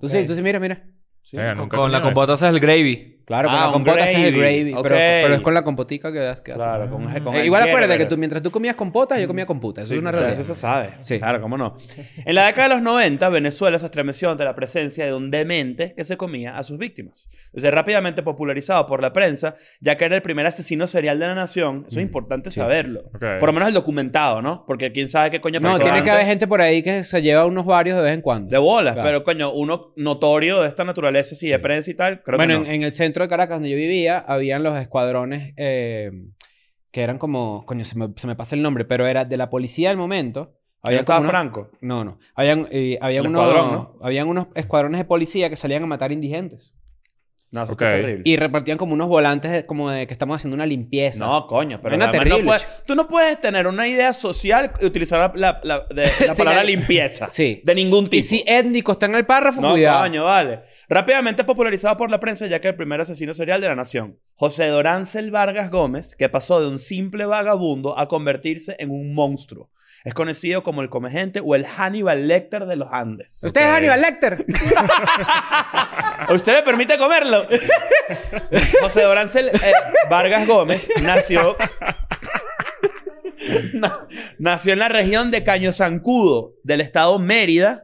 A: Tú sí, tú sí, mira, mira.
B: Sí.
C: Venga,
D: Con,
C: nunca
D: con la
C: comía
D: compota haces el gravy.
A: Claro,
B: Ah,
A: con la
B: un
A: compota haces el
B: gravy.
A: gravy.
B: Ok.
A: Pero, pero es con la compotica que das. que haces.
B: Claro, con, con
A: Eh,
B: el
A: igual acuérdate
B: Gerber.
A: que tú, mientras tú comías compotas, yo comía computa. Eso
B: Sí,
A: es una
B: o sea,
A: realidad.
B: Eso se sabe.
A: Sí.
B: Claro, cómo no. En la década de los 90, Venezuela se estremeció ante la presencia de un demente que se comía a sus víctimas. Entonces, rápidamente popularizado por la prensa, ya que era el primer asesino serial de la nación.
A: Mm,
B: Eso es importante saberlo.
C: Ok.
B: Por lo menos el documentado, ¿no? Porque quién sabe qué coño
A: No,
B: pasó
A: tiene que
B: antes.
A: haber gente por ahí que se lleva unos varios de vez en cuando.
B: De bolas,
A: Claro.
B: pero coño, uno notorio de esta naturaleza, sí, de
A: Sí.
B: prensa y tal, creo
A: bueno,
B: que no.
A: en, en el centro de Caracas, donde yo vivía, habían los escuadrones eh, que eran como. Coño, se me, se me pasa el nombre, pero era de la policía del momento.
B: Ahí
A: Había
B: estaba
A: como unos-
B: Franco.
A: No, no. Habían, eh, habían,
B: El
A: unos,
B: escuadrón, ¿no?
A: habían unos escuadrones de policía que salían a matar indigentes.
B: No, eso
C: Ok.
B: está terrible.
A: Y repartían como unos volantes de- como de que estamos haciendo una limpieza.
B: No, coño, pero
A: Vaina
B: además no
A: terrible,
B: puedes- tú no puedes tener una idea social y utilizar la, la- la- de- la
A: Sí,
B: palabra
A: la-
B: limpieza.
A: Sí.
B: De ningún tipo.
A: Y si étnico está en el párrafo,
B: no,
A: cuidado.
B: coño, vale. Rápidamente popularizado por la prensa, ya que el primer asesino serial de la nación, José Doráncel Vargas Gómez, que pasó de un simple vagabundo a convertirse en un monstruo. Es conocido como el comegente o el Hannibal Lecter de los Andes.
A: Usted es Hannibal Lecter.
B: ¿A usted le permite comerlo? José Doráncel eh, Vargas Gómez nació... Na- nació en la región de Caño Zancudo, del estado Mérida,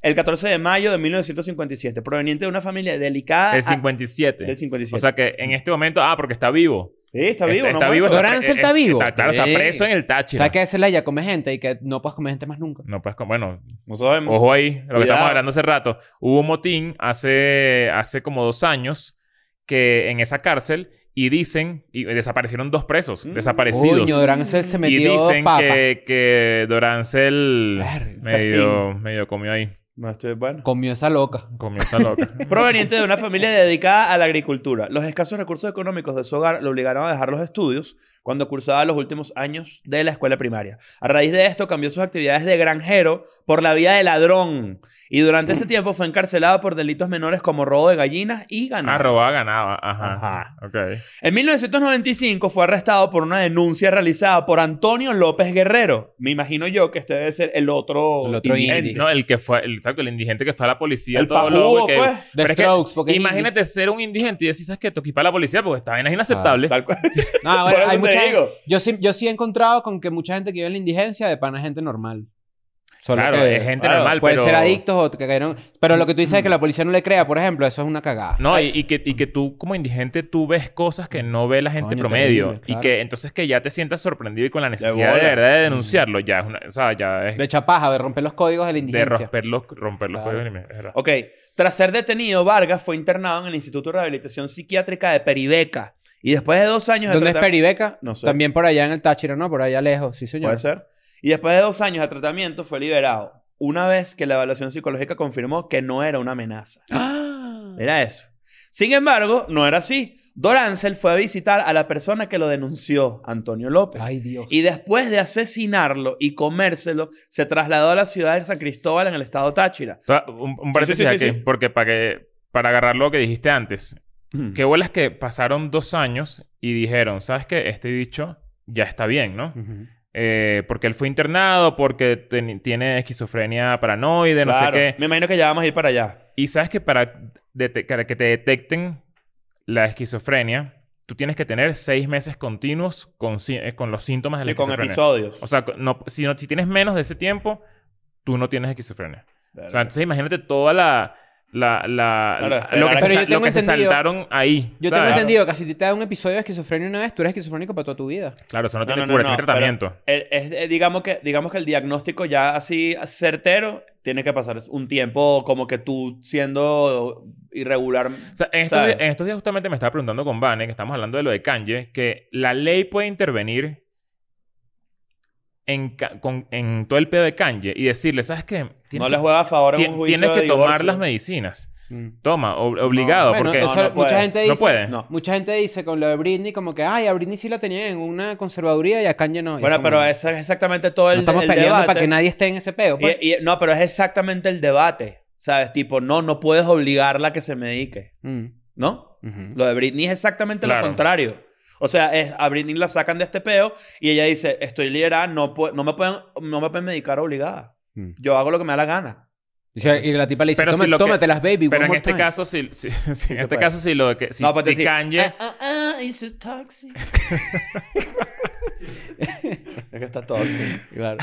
B: el 14 de mayo de 1957, proveniente de una familia delicada...
C: Del
B: a-
C: 57.
B: del 57.
C: O sea que en este momento, ah, porque está vivo. Este
B: Sí, está vivo,
C: Está,
B: ¿no?
C: está vivo.
B: muerto.
A: Doranzo
C: pre-
A: está
C: eh,
A: vivo.
C: claro, está
B: Sí.
C: preso en el Táchira.
A: ¿Sabes que esa es la ya come gente y que no puedes comer gente más nunca?
C: No, pues, con- bueno,
B: No sabemos.
C: ojo ahí, lo que
B: Cuidado.
C: estamos hablando hace rato. Hubo un motín hace, hace como dos años que en esa cárcel y dicen, y desaparecieron dos presos,
B: Mm.
C: desaparecidos.
A: Coño, Durán se, se
C: y
A: metió
C: dicen
A: papa.
C: que, que Dorancel
A: Verga,
C: medio, medio comió ahí.
B: No, estoy bueno.
A: Comió esa loca.
C: Comió esa loca.
B: Proveniente de una familia dedicada a la agricultura. Los escasos recursos económicos de su hogar lo obligaron a dejar los estudios cuando cursaba los últimos años de la escuela primaria. A raíz de esto cambió sus actividades de granjero por la vida de ladrón. Y durante ese tiempo fue encarcelado por delitos menores como robo de gallinas y
C: ah,
B: ganado.
C: robaba, ganaba. Ajá.
B: Ajá.
C: Ok.
B: En 1995 fue arrestado por una denuncia realizada por Antonio López Guerrero. Me imagino yo que este debe ser el otro...
A: El otro
B: indigente.
C: El, no, el que fue, el, exacto, el indigente que fue a la policía.
B: El
C: todo
B: pajugo,
C: loco y que-
B: pues.
A: The
C: Pero es que
A: Strokes, porque es Ah,
C: Imagínate ser un indigente y decir, ¿sabes qué? Toquí para la policía porque esta vaina es inaceptable.
B: Tal cual.
A: indie. No,
B: Por
A: bueno,
B: eso
A: hay
B: te
A: mucha gente-
B: digo.
A: yo, sí, yo sí he encontrado con que mucha gente que vive en la indigencia de pana es gente normal. Solo
C: claro,
A: que
C: es gente
B: claro,
C: normal,
A: pueden
C: pero... Mm.
A: ser adictos o que cayeron. Pero lo que tú dices de que la policía no le crea, por ejemplo, eso es una cagada.
C: No, y, y que, y que tú como indigente tú ves cosas que no ve la gente
A: Coño,
C: promedio.
A: terrible, claro.
C: Y que entonces que ya te sientas sorprendido y con la necesidad
B: bola.
C: de, verdad de denunciarlo. Ya es una... O sea, ya
A: De
C: es
A: chapaja, de romper los códigos de la
C: de
A: indigencia.
C: romper los, romper los
A: Claro.
C: códigos. de- es verdad.
B: Ok. Tras ser detenido, Vargas fue internado en el Instituto de Rehabilitación Psiquiátrica de Peribeca. Y después de dos años de
A: ¿Dónde es
B: tratamiento...
A: Peribeca?
B: No sé.
A: También por allá en el Táchira, ¿no? Por allá lejos, sí, señor.
B: Puede ser. Y después de dos años de tratamiento fue liberado. Una vez que la evaluación psicológica confirmó que no era una amenaza.
A: ¡Ah!
B: Era eso. Sin embargo, no era así. Dorancel fue a visitar a la persona que lo denunció, Antonio López.
A: Ay, Dios.
B: Y después de asesinarlo y comérselo, se trasladó a la ciudad de San Cristóbal en el estado Táchira.
C: O sea, un, un paréntesis
B: sí, sí,
C: aquí,
B: sí.
C: porque para que... Para agarrar lo que dijiste antes. Qué
B: Que-
C: bolas que pasaron dos años y dijeron, ¿sabes qué? Este bicho ya está bien, ¿no?
A: Ujú.
C: Eh, porque él fue internado, porque ten- tiene esquizofrenia paranoide, no sé
B: Claro.
C: qué.
B: Me imagino que ya vamos a ir para allá.
C: Y sabes que para, dete- para que te detecten la esquizofrenia, tú tienes que tener seis meses continuos con, si- eh, con los síntomas de la
B: Sí, con
C: esquizofrenia.
B: episodios.
C: O sea, no- si, no, si tienes menos de ese tiempo, tú no tienes esquizofrenia. O sea, entonces imagínate toda la... la, la-
B: Claro,
C: la-
B: espera,
C: lo que,
B: pero
C: se,
A: yo
C: sa- lo
A: tengo
C: que se
A: entendido-
C: saltaron ahí.
A: Yo
C: ¿sabes?
A: tengo entendido que si te da un episodio de esquizofrenia una vez, tú eres esquizofrénico para toda tu vida.
C: Claro, eso no,
B: No,
C: tiene
B: no, no,
C: cura,
B: no,
C: tiene
B: pero-
C: tratamiento.
B: El- es- eh, digamos, que, digamos que el diagnóstico ya así certero tiene que pasar un tiempo como que tú siendo irregular.
C: O sea, en estos,
B: ¿Sabes?
C: días, en estos días justamente me estaba preguntando con Vane, que estamos hablando de lo de Kanye, que la ley puede intervenir en, ca- con- en todo el pedo de Kanye y decirle, ¿sabes qué? Tienes
B: No
C: que,
B: le juega a favor en
C: ti-
B: un juicio
C: tienes
B: de
C: que tomar
B: divorcio.
C: las medicinas.
A: Mm.
C: Toma, ob- obligado,
A: Bueno,
C: porque...
A: eso
B: No, no
A: mucha
B: puede.
A: gente
C: No
A: dice.
C: puede.
B: No.
A: Mucha gente dice con lo de Britney, como que, ay, a Britney sí la tenían en una conservaduría y a Kanye no. Y es
B: Bueno,
A: como,
B: pero es exactamente todo
A: no
B: el,
A: estamos
B: el
A: peleando
B: debate.
A: para que nadie esté en ese peo. pues.
B: Y- e- y- no, pero es exactamente el debate. ¿Sabes? Tipo, no, no puedes obligarla a que se medique.
A: Mm.
B: ¿No?
A: Ujú.
B: Lo de Britney es exactamente
C: Claro.
B: lo contrario. O sea, es, a Britney la sacan de este peo y ella dice, estoy liberada, no, pu- no, me pueden, no me pueden medicar obligada.
A: Mm.
B: Yo hago lo que me da la gana.
A: Y, se- y la tipa le dice,
C: Pero
A: "Toma-
C: si lo que-
A: tómatelas, baby.
C: Pero
A: one
C: en
A: more
C: este
A: time".
C: caso, si, si- si- en este
B: puede.
C: caso, si lo de que si,
B: No, pues
C: si
B: decir,
C: Kanye-
B: Ah, ah, ah, it's so toxic. es que está toxic.
A: Claro.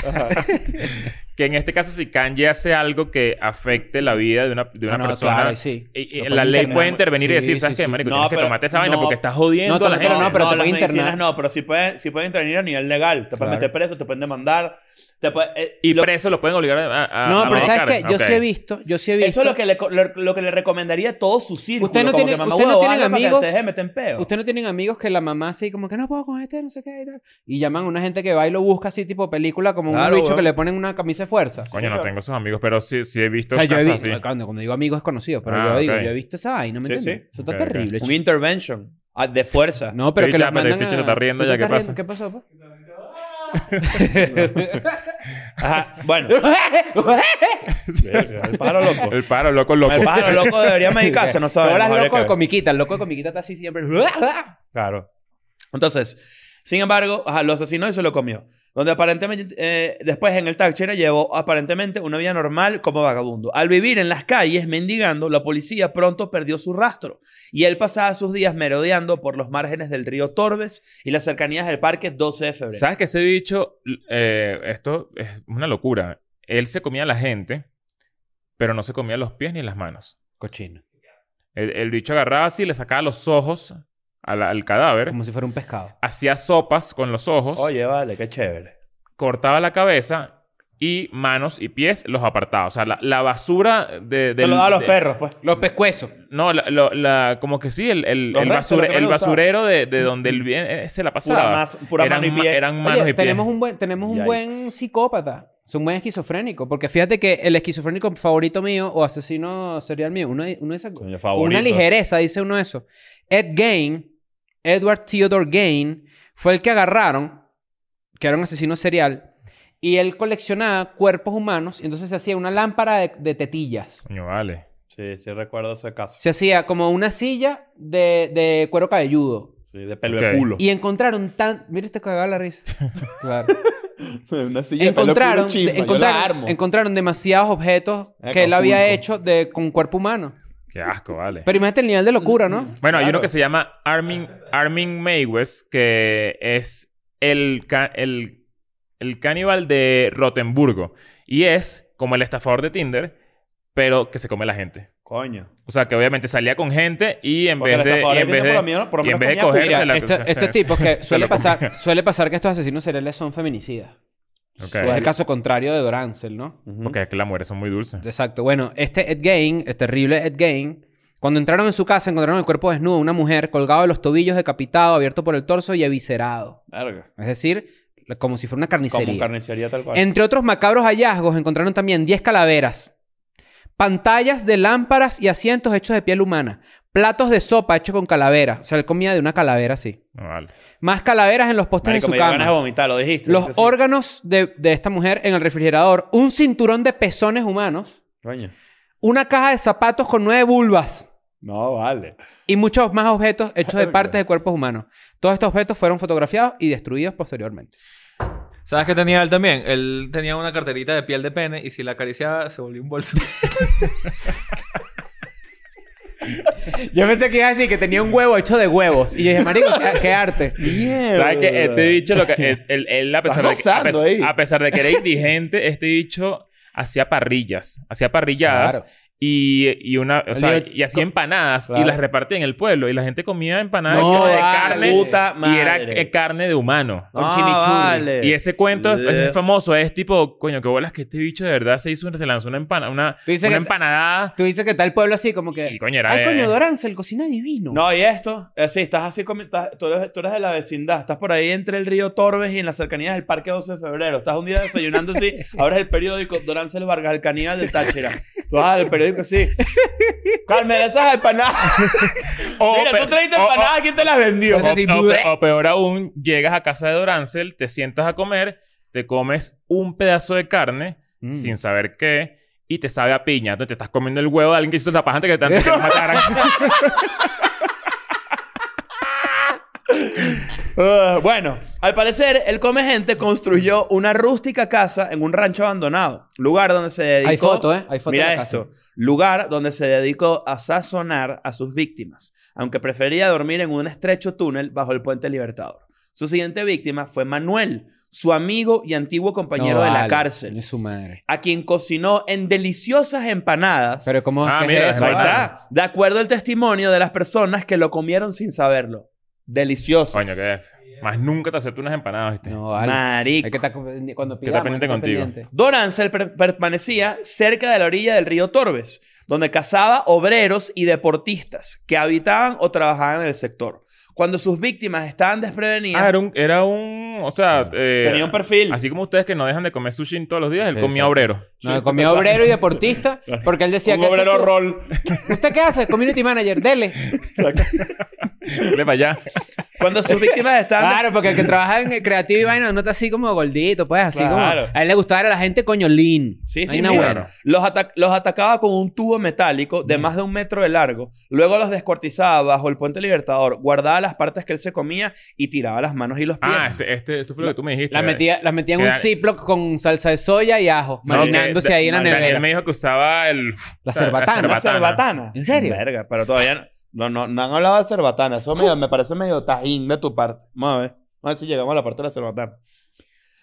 C: que en este caso, si Kanye hace algo que afecte la vida de una, de una
A: Ah, no,
C: persona,
A: claro, sí.
C: y- y la
A: Lo puede
C: ley
A: internar.
C: puede intervenir y
A: Sí,
C: decir,
A: sí,
C: ¿sabes qué,
A: sí.
C: marico?
B: No,
C: tienes que
B: pero-
C: tomarte esa vaina
B: no.
C: porque estás jodiendo
A: No,
C: a la
A: tómatelo,
C: gente.
A: no, pero te
B: las
A: pueden internar.
B: medicinas No, pero sí pueden, sí pueden intervenir a nivel legal. Te pueden
A: Claro.
B: meter preso, te pueden demandar. Te puede- eh,
C: Y
B: lo-
C: presos los pueden obligar a. a- a-
A: No,
C: a
A: pero ¿sabes
C: medicar.
A: qué? Yo
C: Ok.
A: sí he visto, yo sí he visto.
B: Eso es lo que, le, co- lo, lo que le recomendaría a todo su círculo.
A: Usted no
B: como
A: tiene-
B: que, mamá,
A: usted no
B: huevo,
A: tiene
B: habla para que
A: amigos.
B: Te deje meter en peo.
A: Usted no tienen amigos que la mamá así como que no puedo con este, no sé qué y tal. Y llaman a una gente que va y lo busca así tipo película como un
B: Claro,
A: bicho
B: weón.
A: que le ponen una camisa de fuerza.
C: Coño, no
B: claro.
C: tengo esos amigos, pero sí, sí he visto.
A: O sea, yo he
C: casos
A: visto, ah,
C: así.
A: cuando, cuando digo amigos es conocido, pero
C: Ah,
A: yo digo,
C: ok.
A: yo he visto esa vaina, ¿me
B: Sí,
A: entiendes?
B: sí.
A: Eso está
C: Ok, ok.
A: terrible.
B: Un
A: chico.
B: intervention ah, de fuerza.
A: No, pero
C: Sí,
A: que
C: ya,
A: los
C: pero el
A: mandan
C: bicho
A: a-
C: se está riendo
A: ¿Tú
C: ya,
A: te
C: ¿qué
A: estás
C: pasa?
A: riendo? ¿Qué pasó, pa?
B: Ajá, bueno.
A: pues?
B: el pájaro loco.
C: El paro, loco, loco.
B: El pájaro loco debería medicarse, no
A: Pero
B: sabemos.
A: ahora es
B: habría
A: loco
B: que
A: de
B: ver.
A: comiquita. El loco de comiquita está así siempre.
B: Claro. Entonces, sin embargo, ajá, lo asesinó y se lo comió. Donde aparentemente, eh, después en el Táchira llevó aparentemente una vida normal como vagabundo. Al vivir en las calles mendigando, la policía pronto perdió su rastro y él pasaba sus días merodeando por los márgenes del río Torbes y las cercanías del parque 12 de febrero.
C: ¿Sabes que ese bicho? eh, esto es una locura. Él se comía a la gente, pero no se comía los pies ni las manos.
A: Cochino.
C: El, el bicho agarraba así, le sacaba los ojos al, al cadáver,
A: Como si fuera un pescado.
C: hacía sopas con los ojos,
B: Oye, vale, qué chévere.
C: cortaba la cabeza y manos y pies los apartaba. O sea, la, la basura de,
B: Se
C: del-
B: lo da a los
C: de-
B: perros, pues.
A: Los pescuezos.
C: No, la, lo- la- como que sí, el, el,
B: Los
C: el
B: restos, lo
C: basure-
B: que no
C: el
B: le gustaba. Mm.
C: basurero de, de donde el bien eh, se la pasaba.
B: Pura, mas- pura
C: eran,
B: mano y
C: ma-
B: pie.
C: eran manos
A: Oye,
C: y pies.
A: tenemos un buen, tenemos un buen
B: Yikes.
A: psicópata. Es un buen esquizofrénico. Porque fíjate que el esquizofrénico favorito mío o asesino serial mío, uno, de- uno de esas-
B: Coño,
A: una
B: favorito.
A: ligereza, dice uno eso. Ed Gain, Edward Theodore Gain, fue el que agarraron, que era un asesino serial, y él coleccionaba cuerpos humanos, y entonces se hacía una lámpara de, de tetillas.
C: Coño, vale.
B: Sí, sí recuerdo ese caso.
A: Se hacía como una silla de, de cuero cabelludo.
B: Sí, de pelo
C: Ok.
B: de culo.
A: Y encontraron tan... Mira, este cagaba la risa. Claro.
B: Una silla de pelo de culo
A: encontraron,
B: chimba,
A: de-
B: yo la
A: encontraron,
B: armo.
A: encontraron demasiados objetos
B: Eh,
A: que él
B: Acapulco.
A: había hecho de, con cuerpo humano.
C: Qué asco, vale.
A: Pero imagínate el nivel de locura, ¿no?
C: Bueno, hay
B: Claro.
C: uno que se llama Armin, Armin Maywes, que es el, ca- el, el caníbal de Rotemburgo. Y es como el estafador de Tinder, pero que se come la gente.
B: Coño.
C: O sea, que obviamente salía con gente y en
B: Porque el
C: vez de...
B: estafador
C: y
B: de
C: en vez
B: Tinder por lo
C: de,
B: menos- por lo
C: y en
B: menos
C: vez de
B: comía culo.
C: cogerse
A: Mira,
C: la-
A: esto-
C: se-
A: estos
C: se-
A: tipos que suele
C: lo comía.
A: pasar, suele pasar que estos asesinos seriales son feminicidas.
C: Ok.
A: Es el caso contrario de Dorancel, ¿no?
C: Porque es que las mujeres son muy dulces.
A: Exacto. Bueno, este Ed Gain, el terrible Ed Gain, cuando entraron en su casa encontraron el cuerpo desnudo de una mujer colgado de los tobillos, decapitado, abierto por el torso y eviscerado.
B: Verga.
A: Es decir, como si fuera una
B: Como
A: carnicería.
B: carnicería tal cual.
A: Entre otros macabros hallazgos encontraron también 10 calaveras, pantallas de lámparas y asientos hechos de piel humana, platos de sopa hechos con calavera. O sea, él comía de una calavera, sí.
C: No, vale.
A: Más calaveras en los postes
B: Marico, me
A: de su
B: dio ganas de
A: cama.
B: vomitar, lo dijiste.
A: Los
B: Sí, sí.
A: órganos de, de esta mujer en el refrigerador, un cinturón de pezones humanos,
B: Coño.
A: una caja de zapatos con nueve bulbas
B: No, vale.
A: y muchos más objetos hechos de
B: Verga.
A: partes de cuerpos humanos. Todos estos objetos fueron fotografiados y destruidos posteriormente.
D: ¿Sabes qué tenía él también? Él tenía una carterita de piel de pene y si la acariciaba se volvió un bolso.
A: Yo pensé que iba a decir que tenía un huevo hecho de huevos. Y yo dije, marico, qué, qué arte.
B: Mierda.
C: ¿Sabes qué? Este bicho, lo que, él, él- él, a, pesar de
B: Estás
C: que, a,
B: gozando
C: pes-
B: ahí.
C: a pesar de que era indigente, este bicho hacía parrillas. Hacía parrilladas.
A: Claro.
C: Y, y una, o
A: El
C: sea,
A: día-
C: y hacía empanadas y
A: Claro.
C: las repartía en el pueblo. Y la gente comía empanadas
A: No,
C: como de
A: vale.
C: carne.
B: ah, Puta
C: Y era
B: madre.
C: eh, carne de humano.
A: Con
B: Ah,
A: chimichurri.
B: vale.
C: Y ese cuento es,
B: Le-
C: es famoso. Es tipo, coño, qué bolas que este bicho de verdad se hizo, se lanzó una, empana, una,
A: Tú dices
C: una
A: que-
C: empanada.
A: Tú dices que está el pueblo así como que...
C: Y coño, era
A: Ay,
C: de-
A: coño, Doranza, el cocina divino.
B: No, y esto, eh, sí, estás así, comi- estás- tú, eres, tú eres de la vecindad, estás por ahí entre el río Torbes y en las cercanías del Parque 12 de Febrero, estás un día desayunando así, abres el periódico, Dorancel Vargas, el caníbal del Táchira, tú vas al periódico así, Carmen, esas empanadas,
C: O
B: mira,
C: Oh, pe-
B: tú trajiste
C: o- o-
B: empanadas, ¿quién te las vendió?
C: O,
A: Entonces, así,
C: o
A: ¡bleh!
C: pe- o peor aún, llegas a casa de Dorancel, te sientas a comer, te comes un pedazo de carne
A: Mm.
C: sin saber qué y te sabe a piña. Entonces te estás comiendo el huevo de alguien que hizo la paja antes que te, antes que te mataran.
B: Ah, bueno, al parecer, el come gente construyó una rústica casa en un rancho abandonado. Lugar donde se dedicó.
A: Hay foto, ¿eh? Hay foto
B: Mira
A: de la
B: esto.
A: casa.
B: Lugar donde se dedicó a sazonar a sus víctimas, aunque prefería dormir en un estrecho túnel bajo el puente Libertador. Su siguiente víctima fue Manuel, su amigo y antiguo compañero
A: No
B: de la
A: vale,
B: cárcel,
A: coño, su madre.
B: a quien cocinó en deliciosas empanadas.
A: Pero cómo
C: Ah,
A: ¿qué
C: mira,
A: es eso?
B: Ahí está.
A: vale?
B: De acuerdo al testimonio de las personas que lo comieron sin saberlo. Delicioso.
C: Coño, qué. Más nunca te acepto unas empanadas, ¿viste?
A: No, vale.
B: Marico.
A: Hay que estar con- cuando
C: Que está
A: pidamos,
C: pendiente
A: hay que estar
C: contigo.
A: pendiente.
B: Don Ansel per- permanecía cerca de la orilla del río Torbes, donde cazaba obreros y deportistas que habitaban o trabajaban en el sector. Cuando sus víctimas estaban desprevenidas,
C: Ah, era un, era un- o sea, eh,
B: tenía un perfil.
C: así como ustedes que no dejan de comer sushi todos los días, él
A: Sí,
C: comía
A: sí.
C: obrero.
A: No, comía obrero y deportista, porque él decía
B: un
A: que...
B: obrero
A: hace tú?
B: rol.
A: ¿Usted qué hace? Community manager, dele.
C: Dale para allá.
B: Cuando sus víctimas estaban...
A: Claro, porque el que trabaja en el creativo y vaina no está así como gordito, pues, así
B: Claro.
A: como... A él le gustaba a la gente coño lean.
B: Sí, sí,
A: Vaina
B: mira.
A: buena.
B: Los, ata- los atacaba con un tubo metálico de más de un metro de largo. Luego los descuartizaba bajo el puente Libertador, guardaba las partes que él se comía y tiraba las manos y los pies.
C: Ah, este, este, esto fue lo que tú me dijiste.
A: Las metía, las metía en un
C: Quedan-
A: ziploc con salsa de soya y ajo,
C: No, que-
A: marinándose ahí en la
C: Da- Daniel
A: nevera.
C: me dijo que usaba el...
A: La
C: o sea,
A: cerbatana.
B: ¿Una cerbatana?
A: ¿En serio?
B: Verga, pero todavía no. No, no, no han hablado de cerbatana. Eso medio- me parece medio tajín de tu parte. Vamos a ver. Vamos a ver si llegamos a la parte de la cerbatana.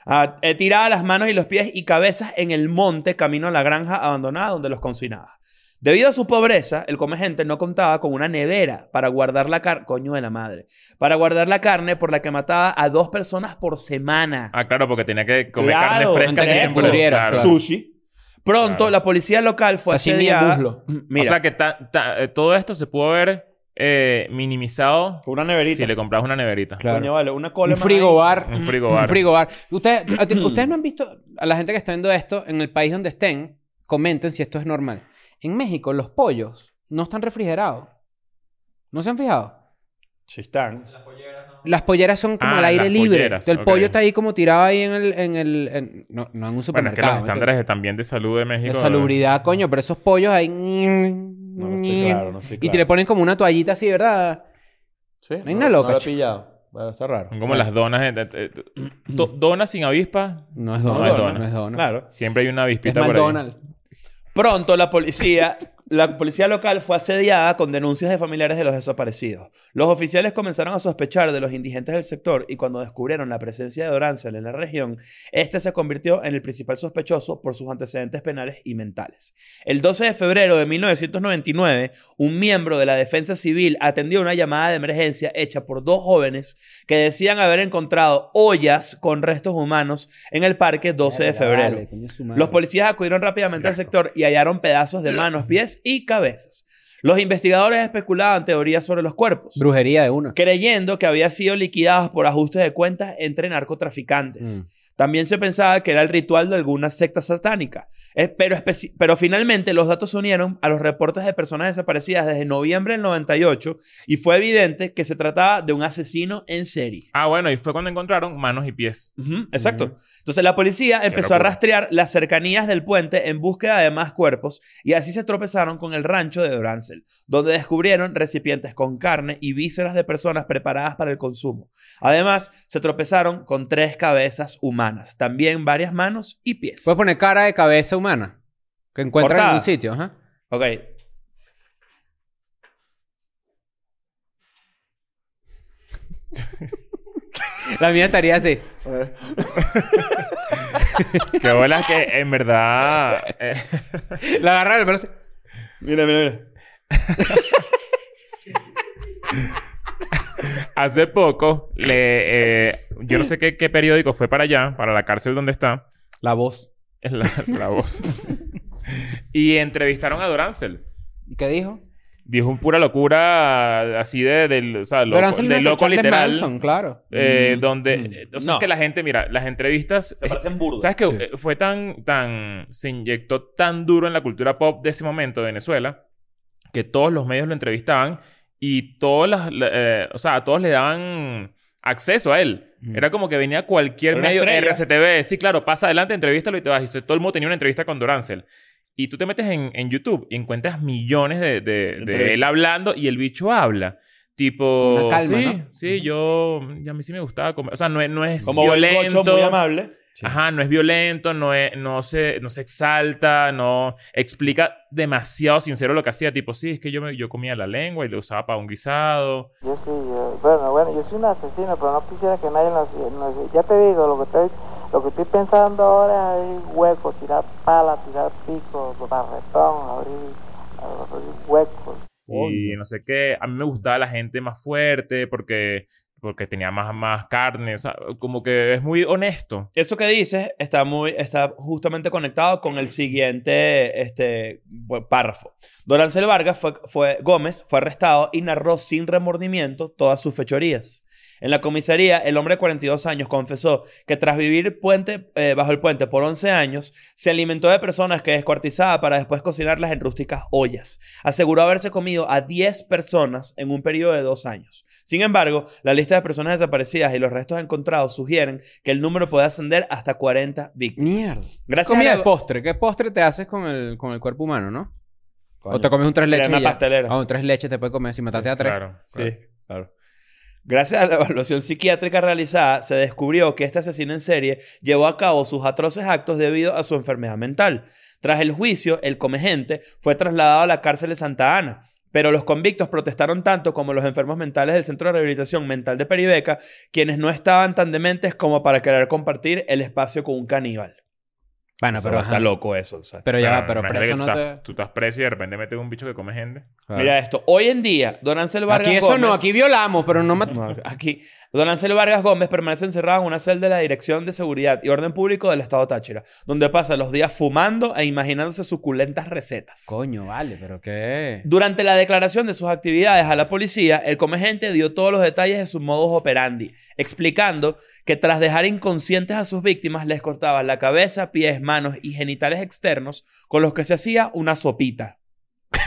B: Ah, eh, tiraba las manos y los pies y cabezas en el monte camino a la granja abandonada donde los confinaba. Debido a su pobreza, el come gente no contaba con una nevera para guardar la carne. Coño de la madre. Para guardar la carne por la que mataba a dos personas por semana.
C: Ah, claro, porque tenía que comer
B: Claro,
C: carne fresca.
A: antes que
C: sin
A: se
C: embargo.
A: pudriera, claro.
B: Sushi. Pronto,
C: Claro.
B: la policía local fue
A: Sashimi en
B: asediada.
A: muslo.
B: Mira,
C: O sea, que ta- ta- eh, todo esto se pudo haber eh, minimizado
B: con una neverita.
C: si le comprabas una neverita.
A: Claro.
B: Coño, vale, una cola
A: Un
B: más
A: frigobar.
C: Un frigobar.
A: Un frigobar. Ustedes, a ti- ustedes no han visto, a la gente que está viendo esto, en el país donde estén, comenten si esto es normal. En México, los pollos no están refrigerados. ¿No se han fijado?
B: ahí. Sí están.
A: Las polleras son como
C: Ah,
A: al aire
C: las
A: libre.
C: polleras,
A: Entonces, el
C: ok.
A: pollo está ahí como tirado ahí en el... En el en- no, no en
C: Bueno, es que
A: un
C: los
A: supermercado.
C: estándares de- también de salud de
A: ¿entiendes?
C: México...
A: La salubridad, coño. Pero esos pollos ahí...
B: No, no estoy claro, no estoy
A: Y
B: claro.
A: te le ponen como una toallita así, ¿verdad?
B: Sí,
A: hay una loca,
B: No lo he
A: chico.
B: pillado. Bueno, está raro.
C: Son como las donas... de- de- de- do- donas sin avispa.
A: No es
C: No,
A: dona.
C: no es
A: No,
C: dona.
A: es dona.
B: Claro.
C: Siempre hay una
A: Es
C: avispita por ahí.
A: McDonald's.
B: Pronto la policía, la policía local fue asediada con denuncias de familiares de los desaparecidos. Los oficiales comenzaron a sospechar de los indigentes del sector y cuando descubrieron la presencia de Dorancel en la región, este se convirtió en el principal sospechoso por sus antecedentes penales y mentales. El 12 de febrero de 1999, un miembro de la defensa civil atendió una llamada de emergencia hecha por dos jóvenes que decían haber encontrado ollas con restos humanos en el parque 12 de
A: Verga,
B: febrero.
A: vale, coño, su madre.
B: Los policías acudieron rápidamente al sector y hallaron pedazos de manos, pies y cabezas. Los investigadores especulaban teorías sobre los cuerpos,
A: Brujería de una.
B: creyendo que habían sido liquidados por ajustes de cuentas entre narcotraficantes.
A: Mm.
B: También se pensaba que era el ritual de alguna secta satánica. Eh, Pero, especi- pero finalmente los datos se unieron a los reportes de personas desaparecidas desde noviembre del 98 y fue evidente que se trataba de un asesino en serie.
C: Ah, bueno, y fue cuando encontraron manos y pies.
B: Ujú, exacto. Entonces la policía empezó a
C: locura.
B: rastrear las cercanías del puente en búsqueda de más cuerpos y así se tropezaron con el rancho de Dorancel, donde descubrieron recipientes con carne y vísceras de personas preparadas para el consumo. Además, se tropezaron con tres cabezas humanas, también varias manos y pies.
A: Puedes poner cara de cabeza humana. Que encuentran
B: Cortada.
A: en un sitio, ajá.
B: Ok.
A: La mía estaría así.
C: Qué bolas que en verdad... eh,
A: La agarra del pelo así.
B: Mira, mira, mira.
C: Hace poco, le, eh, yo no sé qué, qué periódico fue para allá, para la cárcel donde está,
A: La voz.
C: es la, la voz. y entrevistaron a Dorancel.
A: ¿Y qué dijo?
C: Dijo un pura locura así de, del- o sea, loco,
A: Pero Ansel no
C: de
A: es
C: loco
A: Charles
C: literal.
A: Manson, claro.
C: eh,
B: Mm,
C: donde...
B: mm.
C: eh, o sea,
B: No.
C: es que la gente, mira, las entrevistas...
B: Se parecen burdos.
C: ¿Sabes qué?
A: Sí.
C: Eh, Fue tan, tan... Se inyectó tan duro en la cultura pop de ese momento de Venezuela que todos los medios lo entrevistaban y todas las... la- eh, o sea, a todos le daban acceso a él.
A: Mm.
C: Era como que venía cualquier
B: Era una
C: medio
B: estrella.
C: RCTV. Sí, claro. Pasa adelante, entrevístalo y te vas. Y entonces todo el mundo tenía una entrevista con Dorancel. Y tú te metes en, en YouTube y encuentras millones de, de- de
B: Entrevistas.
C: él hablando y el bicho habla Tipo,
A: Una calma,
C: sí,
A: ¿no?
C: sí, yo, y a mí sí me gustaba comer. O sea, no, es- no es
B: Como
C: violento.
B: violento. muy amable.
E: Sí.
C: Ajá, no es violento, no, es- no, se, no se exalta, no explica demasiado sincero lo que hacía. Tipo, sí, es que yo, me, yo comía la lengua y lo usaba para un guisado.
F: Yo sí, yo- bueno, bueno, yo soy un asesino, pero no quisiera que nadie nos, nos- Ya te digo, lo que estoy, lo que estoy pensando ahora es abrir huecos, tirar palas, tirar picos, barretón, abrir, abrir huecos.
C: y no sé qué. A mí me gustaba la gente más fuerte porque, porque tenía más, más carne. o sea, como que es muy honesto.
B: Eso que dices está muy está justamente conectado con el siguiente este, bu- párrafo. Dorancel Vargas fue, fue- Gómez fue arrestado y narró sin remordimiento todas sus fechorías. En la comisaría, el hombre de 42 años confesó que tras vivir puente, eh, bajo el puente por 11 años, se alimentó de personas que descuartizaba para después cocinarlas en rústicas ollas. Aseguró haberse comido a 10 personas en un periodo de dos años. Sin embargo, la lista de personas desaparecidas y los restos encontrados sugieren que el número puede ascender hasta 40 víctimas.
E: Mierda.
B: Gracias
A: Comida
B: a
A: de
B: la-
A: postre. ¿Qué postre te haces con el, con el cuerpo humano, no?
B: Coño,
A: O te comes un tres leches.
B: crema
A: y ya.
B: pastelera.
A: Ah, un tres leches te puedes comer si mataste a tres.
C: Claro. claro.
B: Sí, claro. Gracias a la evaluación psiquiátrica realizada, se descubrió que este asesino en serie llevó a cabo sus atroces actos debido a su enfermedad mental. Tras el juicio, el comegente fue trasladado a la cárcel de Santa Ana, pero los convictos protestaron tanto como los enfermos mentales del Centro de Rehabilitación Mental de Peribeca, quienes no estaban tan dementes como para querer compartir el espacio con un caníbal.
A: Bueno,
B: Eso
A: pero.
B: está
A: ajá.
B: loco eso. o sea.
A: Pero ya
C: Claro,
A: va, pero
C: imagínate
A: preso
C: que
A: no
C: tú, estás,
A: te.
C: tú estás preso y de repente metes un bicho que come gente.
A: Claro.
B: Mira esto. Hoy en día, Don Ansel Vargas
A: Aquí eso no,
B: Gómez-
A: aquí violamos, pero no matamos.
B: No, aquí. Don Ansel Vargas Gómez permanece encerrado en una celda de la Dirección de Seguridad y Orden Público del Estado Táchira, donde pasa los días fumando e imaginándose suculentas recetas.
A: Coño, vale, pero qué.
B: Durante la declaración de sus actividades a la policía, el comegente dio todos los detalles de sus modus operandi, explicando que tras dejar inconscientes a sus víctimas les cortaba la cabeza, pies, manos y genitales externos con los que se hacía una sopita.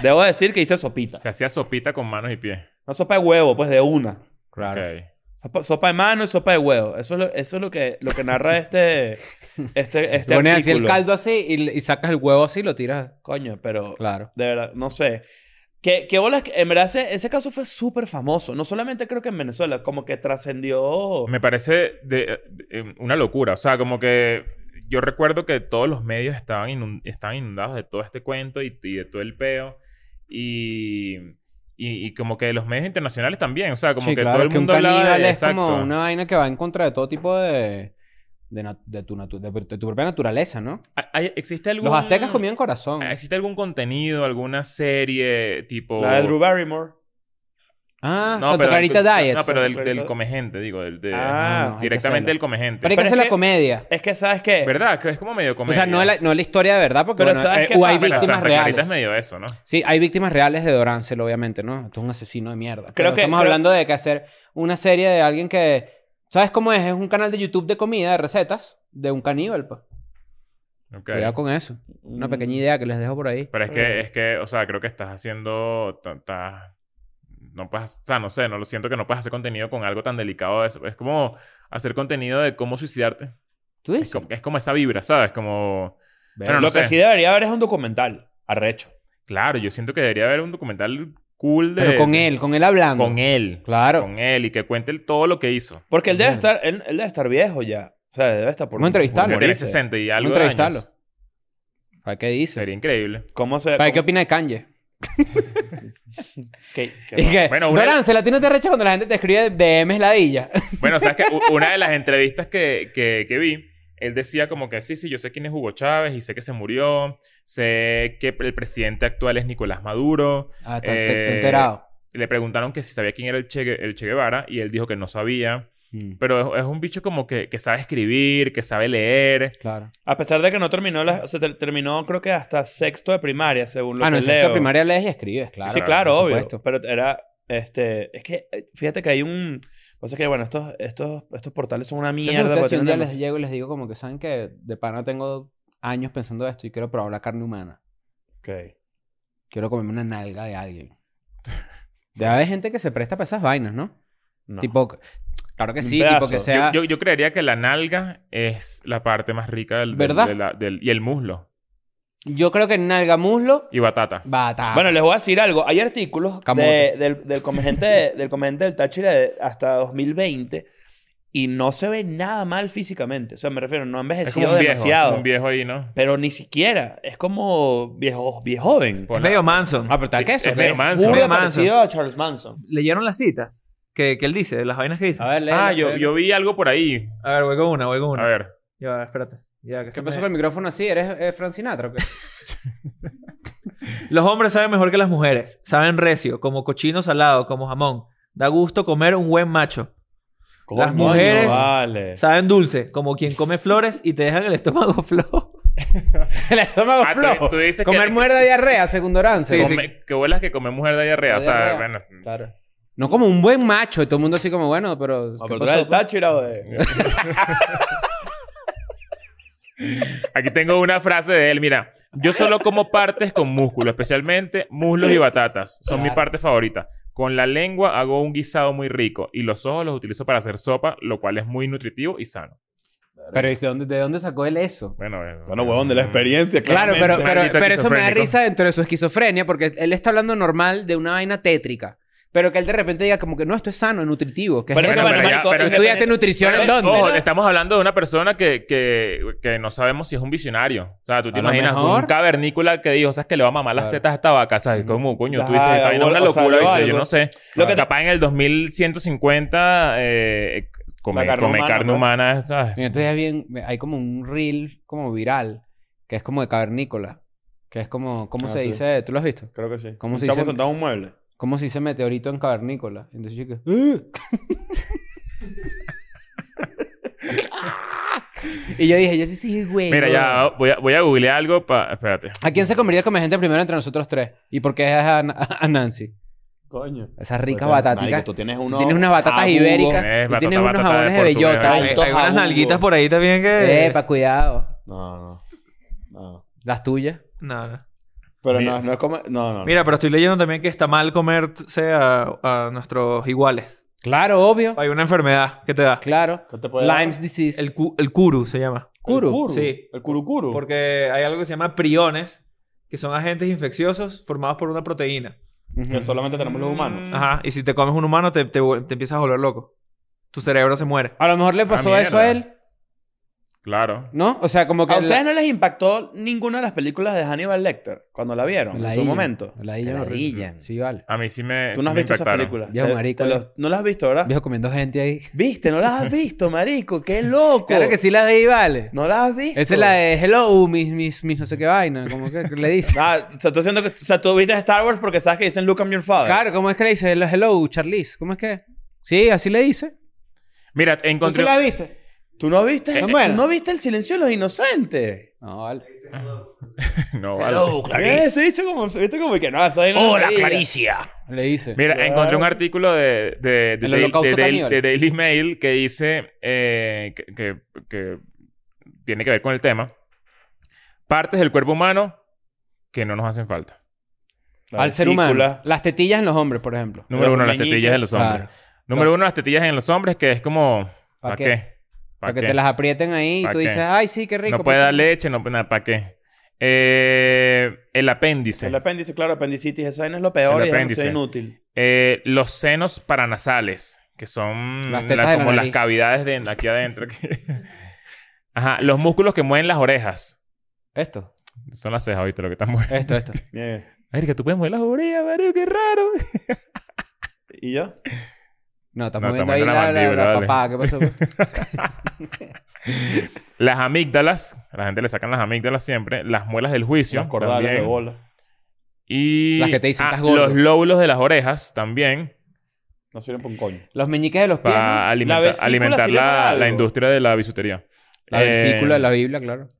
B: Debo decir que hice sopita.
C: Se hacía sopita con manos y pies.
B: Una sopa de huevo, pues de una.
A: Claro.
C: Ok.
B: Sopa, sopa de mano y sopa de huevo. Eso es lo, eso es lo, que, lo que narra este, este, este
A: Pones así
B: artículo.
A: el caldo así y, y sacas el huevo así y lo tiras.
B: Coño, pero
A: Claro.
B: de verdad, no sé. ¿Qué, qué bolas? que- En verdad, ese, ese caso fue súper famoso. No solamente creo que en Venezuela, como que trascendió...
C: Me parece de, eh, una locura. O sea, como que yo recuerdo que todos los medios estaban, inun- estaban inundados de todo este cuento y, y de todo el peo. Y, y, y como que los medios internacionales también. O sea, como
A: sí,
C: que
A: claro,
C: todo el
A: que un
C: mundo hablaba
A: caníbal
C: de...
A: es como
C: exacto.
A: una vaina que va en contra de todo tipo de. de, nat- de tu, natu- de- de tu propia naturaleza, ¿no?
C: ¿Hay- ¿Existe algún... Ah,
A: Los aztecas comían corazón.
C: ¿Existe algún contenido, alguna serie tipo...
B: La de Drew Barrymore.
A: Ah,
C: No,
A: Santa
C: pero-
A: Clarita
C: no,
A: Diet.
C: No, pero del,
B: Clarita-
C: del comegente, digo. Del, de-
B: Ah,
A: no, hay que
C: directamente
A: hacerlo.
C: del comegente.
A: Pero hay que
B: Pero
A: hacer
B: es
A: la
B: que-
A: comedia.
B: Es que, ¿sabes qué? Eh,
C: ¿Verdad? Que es como medio comedia. Ah,
A: O sea, no es la, no es la historia de verdad, porque
B: Pero
A: bueno,
B: ¿sabes
A: eh,
B: qué
A: o hay
B: pasa?
C: Pero
A: víctimas
C: Santa Clarita
A: reales.
C: es medio eso, ¿no?
A: Sí, hay víctimas reales de Dorancel, obviamente, ¿no? Esto es un asesino de mierda. Pero
B: que-
A: estamos
B: creo-
A: hablando de que hacer una serie de alguien que. ¿Sabes cómo es? Es un canal de YouTube de comida, de recetas, de un caníbal, pa.
C: Ok.
A: Cuidado con eso. Una pequeña
B: Mm.
A: idea que les dejo por ahí.
C: Pero es que, es que, o sea, creo que estás haciendo tantas... No puedes, o sea, no sé, no lo siento que no puedes hacer contenido con algo tan delicado. Es, es como hacer contenido de cómo suicidarte.
A: ¿Tú
C: Es
A: dices?
C: como, es como esa vibra, ¿sabes? Como... Bueno,
B: lo
C: no
B: que
C: sé.
B: sí debería haber es un documental. Arrecho.
C: Claro, yo siento que debería haber un documental cool de...
A: Pero con él, con él hablando.
C: Con él.
A: Claro.
C: Con él y que cuente el- todo lo que hizo.
B: Porque él debe,
A: Mierda.
B: estar, él, él debe estar viejo ya. O sea, debe estar por...
A: Vamos a
C: Porque
A: entrevistarlo.
B: por
C: tiene
B: morirse.
C: 60 y algo
A: Vamos a
C: de
A: entrevistarlo.
C: años.
A: ¿Para qué dice?
C: Sería increíble.
B: ¿Cómo se...?
A: ¿Para qué
B: cómo-
A: opina de Kanye?
B: qué- qué
A: Y que,
C: Bueno, una-
A: Dorancel, a ti no te arrecha cuando la gente te escribe DMs ladilla.
C: Bueno, sabes que u- una de las entrevistas que, que, que vi, él decía como que sí, sí, yo sé quién es Hugo Chávez y sé que se murió, sé que el presidente actual es Nicolás Maduro.
A: Ah, está, está- está
C: Eh,
A: enterado.
C: Le preguntaron que si sabía quién era el Che, Gue- el Che Guevara y él dijo que no sabía.
A: Mm,
C: Pero es, es un bicho como que, que sabe escribir, que sabe leer.
A: Claro.
B: A pesar de que no terminó, la, o sea, te- terminó creo que hasta sexto de primaria, según lo
A: Ah,
B: que
A: no, en
B: leo.
A: sexto de primaria lees y escribes, claro.
B: sí, claro,
A: por
B: obvio.
A: supuesto.
B: Pero era, este, es que, eh, fíjate que hay un, o sea que, bueno, estos, estos, estos portales son una
A: Entonces,
B: mierda.
A: ustedes
B: porque
A: si un día
B: tienen
A: les
B: demasi-
A: llego y les digo como que saben que de pana tengo años pensando esto y quiero probar la carne humana.
B: Ok.
A: Quiero comerme una nalga de alguien. Ya hay gente que se presta para esas vainas, ¿no?
B: No.
A: Tipo, claro que
B: Un
A: sí, tipo
B: pedazo.
A: que sea...
C: yo, yo, yo creería que la nalga es la parte más rica del... del-
A: ¿Verdad?
C: de la- del- y el muslo.
A: Yo creo que nalga muslo,
C: Y batata.
A: batata.
B: Bueno, les voy a decir algo. Hay artículos
A: ah. Camote.
B: de- del, del comediante del comediante del Táchira de hasta 2020 y no se ve nada mal físicamente. O sea, me refiero, no ha
C: Es como
B: envejecido
C: un viejo.
B: demasiado.
C: como un viejo ahí, ¿no?
B: Pero ni siquiera. Es como viejo, viejo joven.
C: Por
D: Es
C: la-
D: medio Manson.
A: ah, pero está
C: es-
A: queso.
C: es
A: ¿qué?
C: medio Manson.
B: Burda
D: Medio
B: parecido a Charles Manson.
D: ¿Leyeron las citas? Que, que él dice, de las vainas que dice.
A: A ver, léelo,
C: Ah, yo,
A: léelo.
C: yo vi algo por ahí.
D: A ver, voy con una, voy con
C: A
D: una.
C: ver.
D: Ya, va, espérate. Ya, que
A: ¿Qué
D: esto
A: pasó
D: me-
A: con el micrófono así? ¿Eres eh, Frank Sinatra o qué?
D: Los hombres saben mejor que las mujeres. Saben recio, como cochino salado, como jamón. Da gusto comer un buen macho. Las
B: Coño,
D: mujeres-
B: Vale.
D: Saben dulce, como quien come flores y te dejan el estómago flojo.
A: el estómago
C: Ah, tú-
A: flojo.
C: tú dices que-
A: Comer muerda diarrea, segundo orance.
D: Sí, sí.
C: Come- Que vuelas que come mujer de diarrea. O sea,
A: Diarrea.
C: bueno.
A: Claro. No como un buen macho. Y todo el mundo así como, bueno, pero... ¿qué
B: Ah, pero tú
A: pasó,
B: eres del
A: pues?
B: Táchira o de-
C: Aquí tengo una frase de él. Mira, yo solo como partes con músculo, especialmente muslos y batatas. Son mi parte favorita. Con la lengua hago un guisado muy rico y los ojos los utilizo para hacer sopa, lo cual es muy nutritivo y sano.
A: Pero ¿y de dónde, de dónde sacó él eso?
C: Bueno, mm.
B: Bueno, huevón, de la experiencia,
A: Claro,
B: claramente.
A: pero, pero,
C: Maldito
A: pero eso me da
C: esquizofrénico.
A: risa dentro de su esquizofrenia porque él está hablando normal de una vaina tétrica. Pero que él de repente diga como que no, esto es sano, es nutritivo. ¿Qué es
B: Bueno,
A: eso?
C: bueno, pero ya- pero
A: ¿Tú estudiaste nutrición en
C: Pero,
A: dónde?
C: Ojo, estamos hablando de una persona que, que, que no sabemos si es un visionario. O sea, tú te
A: A lo
C: imaginas
A: mejor.
C: un cavernícola que dijo, ¿sabes que le va a mamar las
A: Claro.
C: tetas a esta vaca? ¿Sabes? Como, coño, tú
B: Ajá,
C: dices, está
B: o-
C: una
B: o sea,
C: locura,
B: yo
C: ¿viste? yo
B: algo.
C: no sé.
B: Lo que te-
C: Capaz en el 2150 eh, come,
B: La carne
C: come
B: humana,
C: carne
B: ¿no?
C: humana, ¿sabes?
A: Mira, Entonces es este bien, hay como un reel como viral, que es como de cavernícola, que es como, ¿cómo
B: Ah,
A: se
B: sí.
A: dice? ¿Tú lo has visto?
B: Creo que sí.
A: ¿Cómo
B: Un
A: se
B: chamo
A: dice?
B: sentado en un mueble.
A: ¿Cómo se dice meteorito en cavernícola? Entonces yo que... y yo dije, yo sí, sí, güey.
C: Mira,
A: güey.
C: ya voy a, voy a googlear algo para... Espérate.
A: ¿A quién se comería el comediante primero entre nosotros tres? ¿Y por qué es a, a Nancy?
B: Coño.
A: Esas ricas
B: Porque,
A: bataticas.
B: Pues marico, Tú tienes,
A: Tú
B: unos
A: tienes unas batatas
B: jabugos.
A: ibéricas.
C: Eh,
A: tú tienes
C: batata- batata
A: unos jabones
C: de
A: de
C: Portugal.
A: bellota.
D: Hay,
B: Alto
D: hay unas
B: jabugo.
D: nalguitas por ahí también que...
A: Epa, cuidado.
B: No, no. No.
A: Las tuyas.
D: No, no.
B: Pero
C: Mira.
B: no, no es como... No, no.
D: Mira, pero estoy leyendo también que está mal comerse a, a nuestros iguales.
A: Claro, obvio.
D: Hay una enfermedad que te da.
A: Claro.
B: ¿Qué te puede dar?
A: Lyme's disease.
D: El, cu- el kuru se llama.
A: Kuru.
B: El curu.
D: Sí.
B: El curucuru.
D: Porque hay algo que se llama priones, que son agentes infecciosos formados por una proteína.
A: Ujú.
B: Que solamente tenemos los humanos.
A: Mm.
D: Ajá. Y si te comes un humano, te, te vu- te empiezas a volver loco. Tu cerebro se muere.
A: A lo mejor le pasó
C: Ah,
A: eso a
C: mierda.
A: él,
C: Claro.
A: ¿no? O sea, como que.
B: ¿A ustedes no les impactó ninguna de las películas de Hannibal Lecter cuando la vieron en su momento?
A: La
B: Te
A: illan
B: la
A: horrible.
B: illan.
A: Sí, vale.
C: A mí sí me
B: Tú
C: sí
B: no has
C: me
B: visto esas
C: impactaron.
B: películas.
A: Viejo
B: Te-
A: marico,
B: te
A: eh.
B: los- No las has visto, ¿verdad?
A: Viejo comiendo gente ahí.
B: ¿Viste? No las has visto, marico. ¡Qué loco!
A: Claro que sí las vi, vale.
B: No las has visto.
A: Esa es la de Hello, uh, mis, mis, mis no sé qué vaina. Como que le dice.
B: Ah, o sea, tú siendo que, o sea, tú viste Star Wars porque sabes que dicen Look, I'm your father.
A: Claro, ¿cómo es que le dice? Hello, hello, Charlize. ¿Cómo es que? Sí, así le dice.
C: Mira,
A: ¿Tú sí
C: encontré...
A: la viste?
B: ¿Tú no viste?
A: Eh,
B: ¿Tú
A: bueno.
B: no viste El silencio de los inocentes?
A: No, vale.
C: no, vale.
B: ¿Qué? Te he dicho como, viste como que no, soy
A: Hola, Claricia. Le dice.
C: Mira,
B: Claro.
C: encontré un artículo de, de, de,
A: El
C: Daily- de
A: holocausto
C: Daily-
A: caníbal.
C: de Daily Mail que dice eh, que, que- que tiene que ver con el tema. Partes del cuerpo humano que no nos hacen falta.
A: Al ser humano. Las tetillas en los hombres, por ejemplo.
C: Número
B: Los
C: uno, las
B: meñiques,
C: tetillas de los hombres.
A: Claro.
C: Número uno, las tetillas en los hombres, que es como...
A: ¿Pa
C: ¿Para
A: qué?
C: qué?
A: Para
C: ¿Pa
A: que
C: qué?
A: te las aprieten ahí y
C: ¿Pa
A: tú
C: qué?
A: dices, ay, sí, qué rico. pues,
C: No puede
A: pero-
C: dar leche, no, ¿para qué? Eh, el apéndice.
B: El apéndice, claro, apendicitis, esa vaina es lo peor
C: El
B: y es
C: apéndice.
B: inútil.
C: Eh, los senos paranasales, que son
A: Las tetas
C: la-
A: de la
C: como las
A: nariz.
C: cavidades de aquí adentro. que- Ajá, los músculos que mueven las orejas.
A: Esto,
C: Son las cejas, ahorita lo que están moviendo.
A: esto, esto.
B: Bien.
C: Marica, tú puedes mover las orejas, marico, qué raro.
B: ¿Y yo?
A: No, estamos
C: No,
A: viendo
C: estamos
A: ahí
C: viendo
A: la,
C: la
A: la, la
C: mandíbula, vale.
A: papá. ¿Qué pasó?
C: Las amígdalas, a la gente le sacan las amígdalas siempre. Las muelas del juicio.
B: Las cordales de
C: también.
B: bola.
C: Y ah,
A: Las que te dicen, "Estás gordo".
C: los lóbulos de las orejas también.
B: No sirven para un coño.
A: Los meñiques de los pies. ¿no?
C: Para alimentar
B: vesícula
C: alimentar
B: sirve para
C: la,
B: algo.
C: la industria de la bisutería.
A: La
C: Eh,
A: versícula de la Biblia, claro.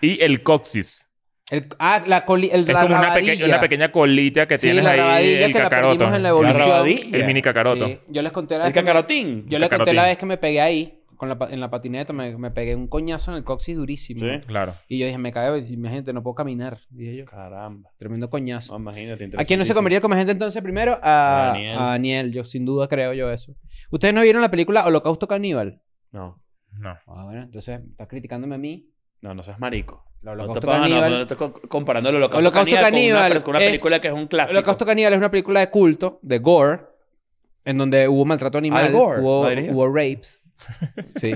C: Y el coxis.
A: El, ah, la coli, el,
C: Es
A: la
C: como una, peque-
A: rabadilla.
C: una pequeña colita que
A: sí,
C: tienes
A: la
C: ahí.
A: rabadilla
C: el
A: que la
C: cacaroto.
A: perdimos en la
B: La
A: evolución.
B: rabadilla.
C: el mini cacaroto.
A: Sí. Yo les conté
B: El
A: la vez que me-
B: cacarotín.
A: Yo les conté
C: Cacarotín.
A: la vez que me pegué ahí con la, pa- en la patineta. Me, me pegué un coñazo en el coxis durísimo.
B: Sí.
C: Claro.
A: Y yo dije, me cago, imagínate, no puedo caminar. Dije yo,
B: Caramba.
A: tremendo coñazo.
B: No, imagínate.
A: ¿A quién no se comería como gente entonces primero? A,
B: A Daniel.
A: a Daniel, yo sin duda creo yo eso. ¿Ustedes no vieron la película Holocausto Caníbal?
B: No.
C: No.
A: Mm. Ah, bueno, entonces estás criticándome a mí.
B: No, no seas marico.
A: El
B: No
A: Holocausto
B: te pongas- no,
A: Caníbal.
B: no, te co- comparando el Holocausto,
A: Holocausto
B: Caníbal
A: Caníbal
B: con una, con una
A: es-
B: película que es un
A: El
B: clásico.
A: Holocausto Caníbal es una película de culto, de gore, en donde hubo maltrato animal,
B: Ah, de gore,
A: hubo,
B: madre mía.
A: hubo rapes. Sí.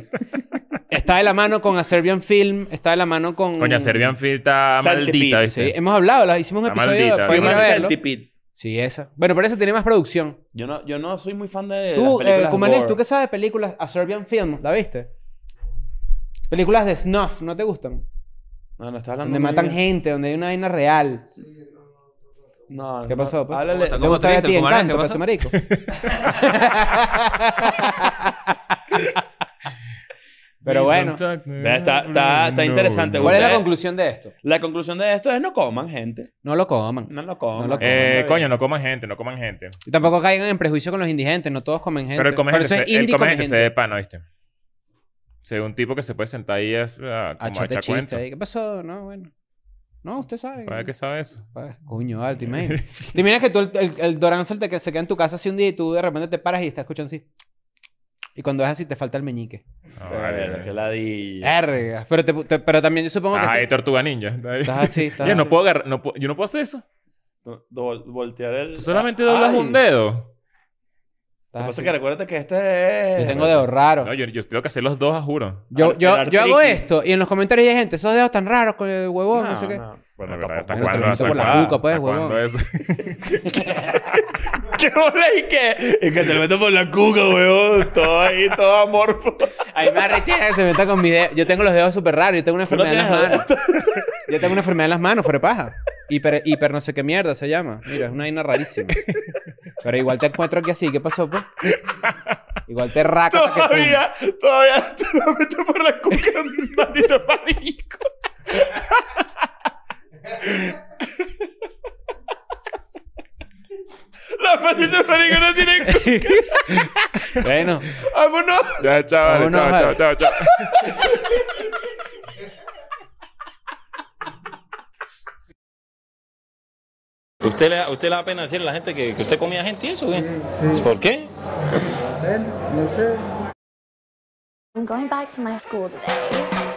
A: está de la mano con A Serbian Film, está de la mano con...
C: Coña, Serbian Film está
B: Centipede,
C: maldita,
A: Sí,
C: ¿viste?
A: hemos hablado, la- hicimos un
C: Está
A: episodio,
C: maldita,
A: pueden ir a
B: Human
A: verlo.
B: Centipede.
A: Sí, esa. Bueno, pero esa tiene más producción.
B: Yo no, yo no soy muy fan de las
A: Tú, eh,
B: películas
A: Kumanes,
B: gore.
A: ¿tú qué sabes de películas? A Serbian Film, ¿la viste? Películas de snuff, ¿no te gustan?
B: No, no, estás hablando
A: Donde
B: muy
A: matan
B: bien.
A: gente, donde hay una vaina real.
B: No,
A: ¿Qué
B: no,
A: pasó, pues?
B: háblale-
D: ¿Cómo
A: ¿Le gustaba a ti
D: triste, Kumanes?
A: Encanto,
D: ¿Qué
A: pedazo
D: pasó?
A: de marico? Pero bueno,
B: Vea, Está, está, está interesante.
A: ¿cuál es la
D: eh,
B: Ustedes-
A: conclusión de esto?
B: La conclusión de esto es no coman, gente.
A: No lo coman.
B: No lo coman.
A: No lo
C: Eh, coño, no coman gente, no coman gente.
A: Y tampoco caigan en prejuicio con los indigentes, no todos comen gente.
C: Pero el come
A: Por
C: gente,
A: eso
C: se,
A: es
C: el
A: indie
C: come
A: come
C: gente se
A: gente.
C: ve pana, ¿viste? Se ve un tipo que se puede sentar ahí a, a, como a
A: Achate
C: echar cuentos.
A: Ah, chiste ahí. ¿Qué pasó? No, bueno. No, usted sabe.
C: ¿Para qué sabe eso?
A: Ah, Coño, vale, te imaginas. Te imaginas que tú, el, el, el Doranzo te, que se queda en tu casa así un día y tú de repente te paras y estás escuchando así. Y cuando es así, te falta el meñique.
C: No, vale,
B: Verga,
C: vale.
B: que Eh,
A: Eh.
B: ladilla.
A: Verga. Pero, te- te- pero también yo supongo que.
C: Ah, ahí
A: estás-
C: Tortuga Ninja. Ahí.
A: Estás así, estás
C: Yo no
A: así.
C: puedo agarrar, no puedo- yo no puedo hacer eso.
B: Do- do- voltear el.
C: Tú solamente doblas
B: Ay.
A: Ah,
C: un dedo.
B: Lo
A: estás
B: que pasa
A: así.
B: es que recuérdate que este es.
A: Yo tengo dedos raros.
C: No, yo, yo tengo que hacer los dos, juro.
A: Yo,
B: Ar-
A: yo,
B: el
A: yo hago
B: artritis.
A: esto y en los comentarios hay gente, esos dedos tan raros, con el huevón,
B: No,
A: no, sé qué.
B: no.
C: Bueno,
B: Bueno,
C: ¿verdad? ¿Hasta
B: tampoco.
A: Bueno, te
C: cuándo?
A: lo hizo
C: ¿Hasta
A: por
C: cuándo?
A: la boca,
C: ¿Hasta
A: pues,
C: cuándo
A: huevón.
C: eso?
B: ¿Qué bola y qué? Y que te lo meto por la cuca, weón. Todo ahí, todo amorfo.
A: Ahí me arrechera que se meta con mis dedos. Yo tengo los dedos súper raros, yo tengo una
B: Tú no
A: enfermedad en las
B: tienes
A: manos. Yo tengo una enfermedad en las manos, fuera de paja. Hiper, hiper no sé qué mierda se llama. Mira, es una vaina rarísima. Pero igual te encuentro aquí así, ¿qué pasó, pues? Igual te raco.
B: Todavía, todavía te lo meto por la cuca, maldito marico. Los malditos maricos no tienen cuca.
A: Bueno,
B: ¡Vámonos!
C: Ya, chaval,
A: Vámonos,
C: chao, chao, chao,
A: vale.
C: chao.
E: ¿Usted le, usted le da pena decirle a la gente que, que usted comía gente y eso, güey? ¿Por qué?
G: I'm going back to my school today.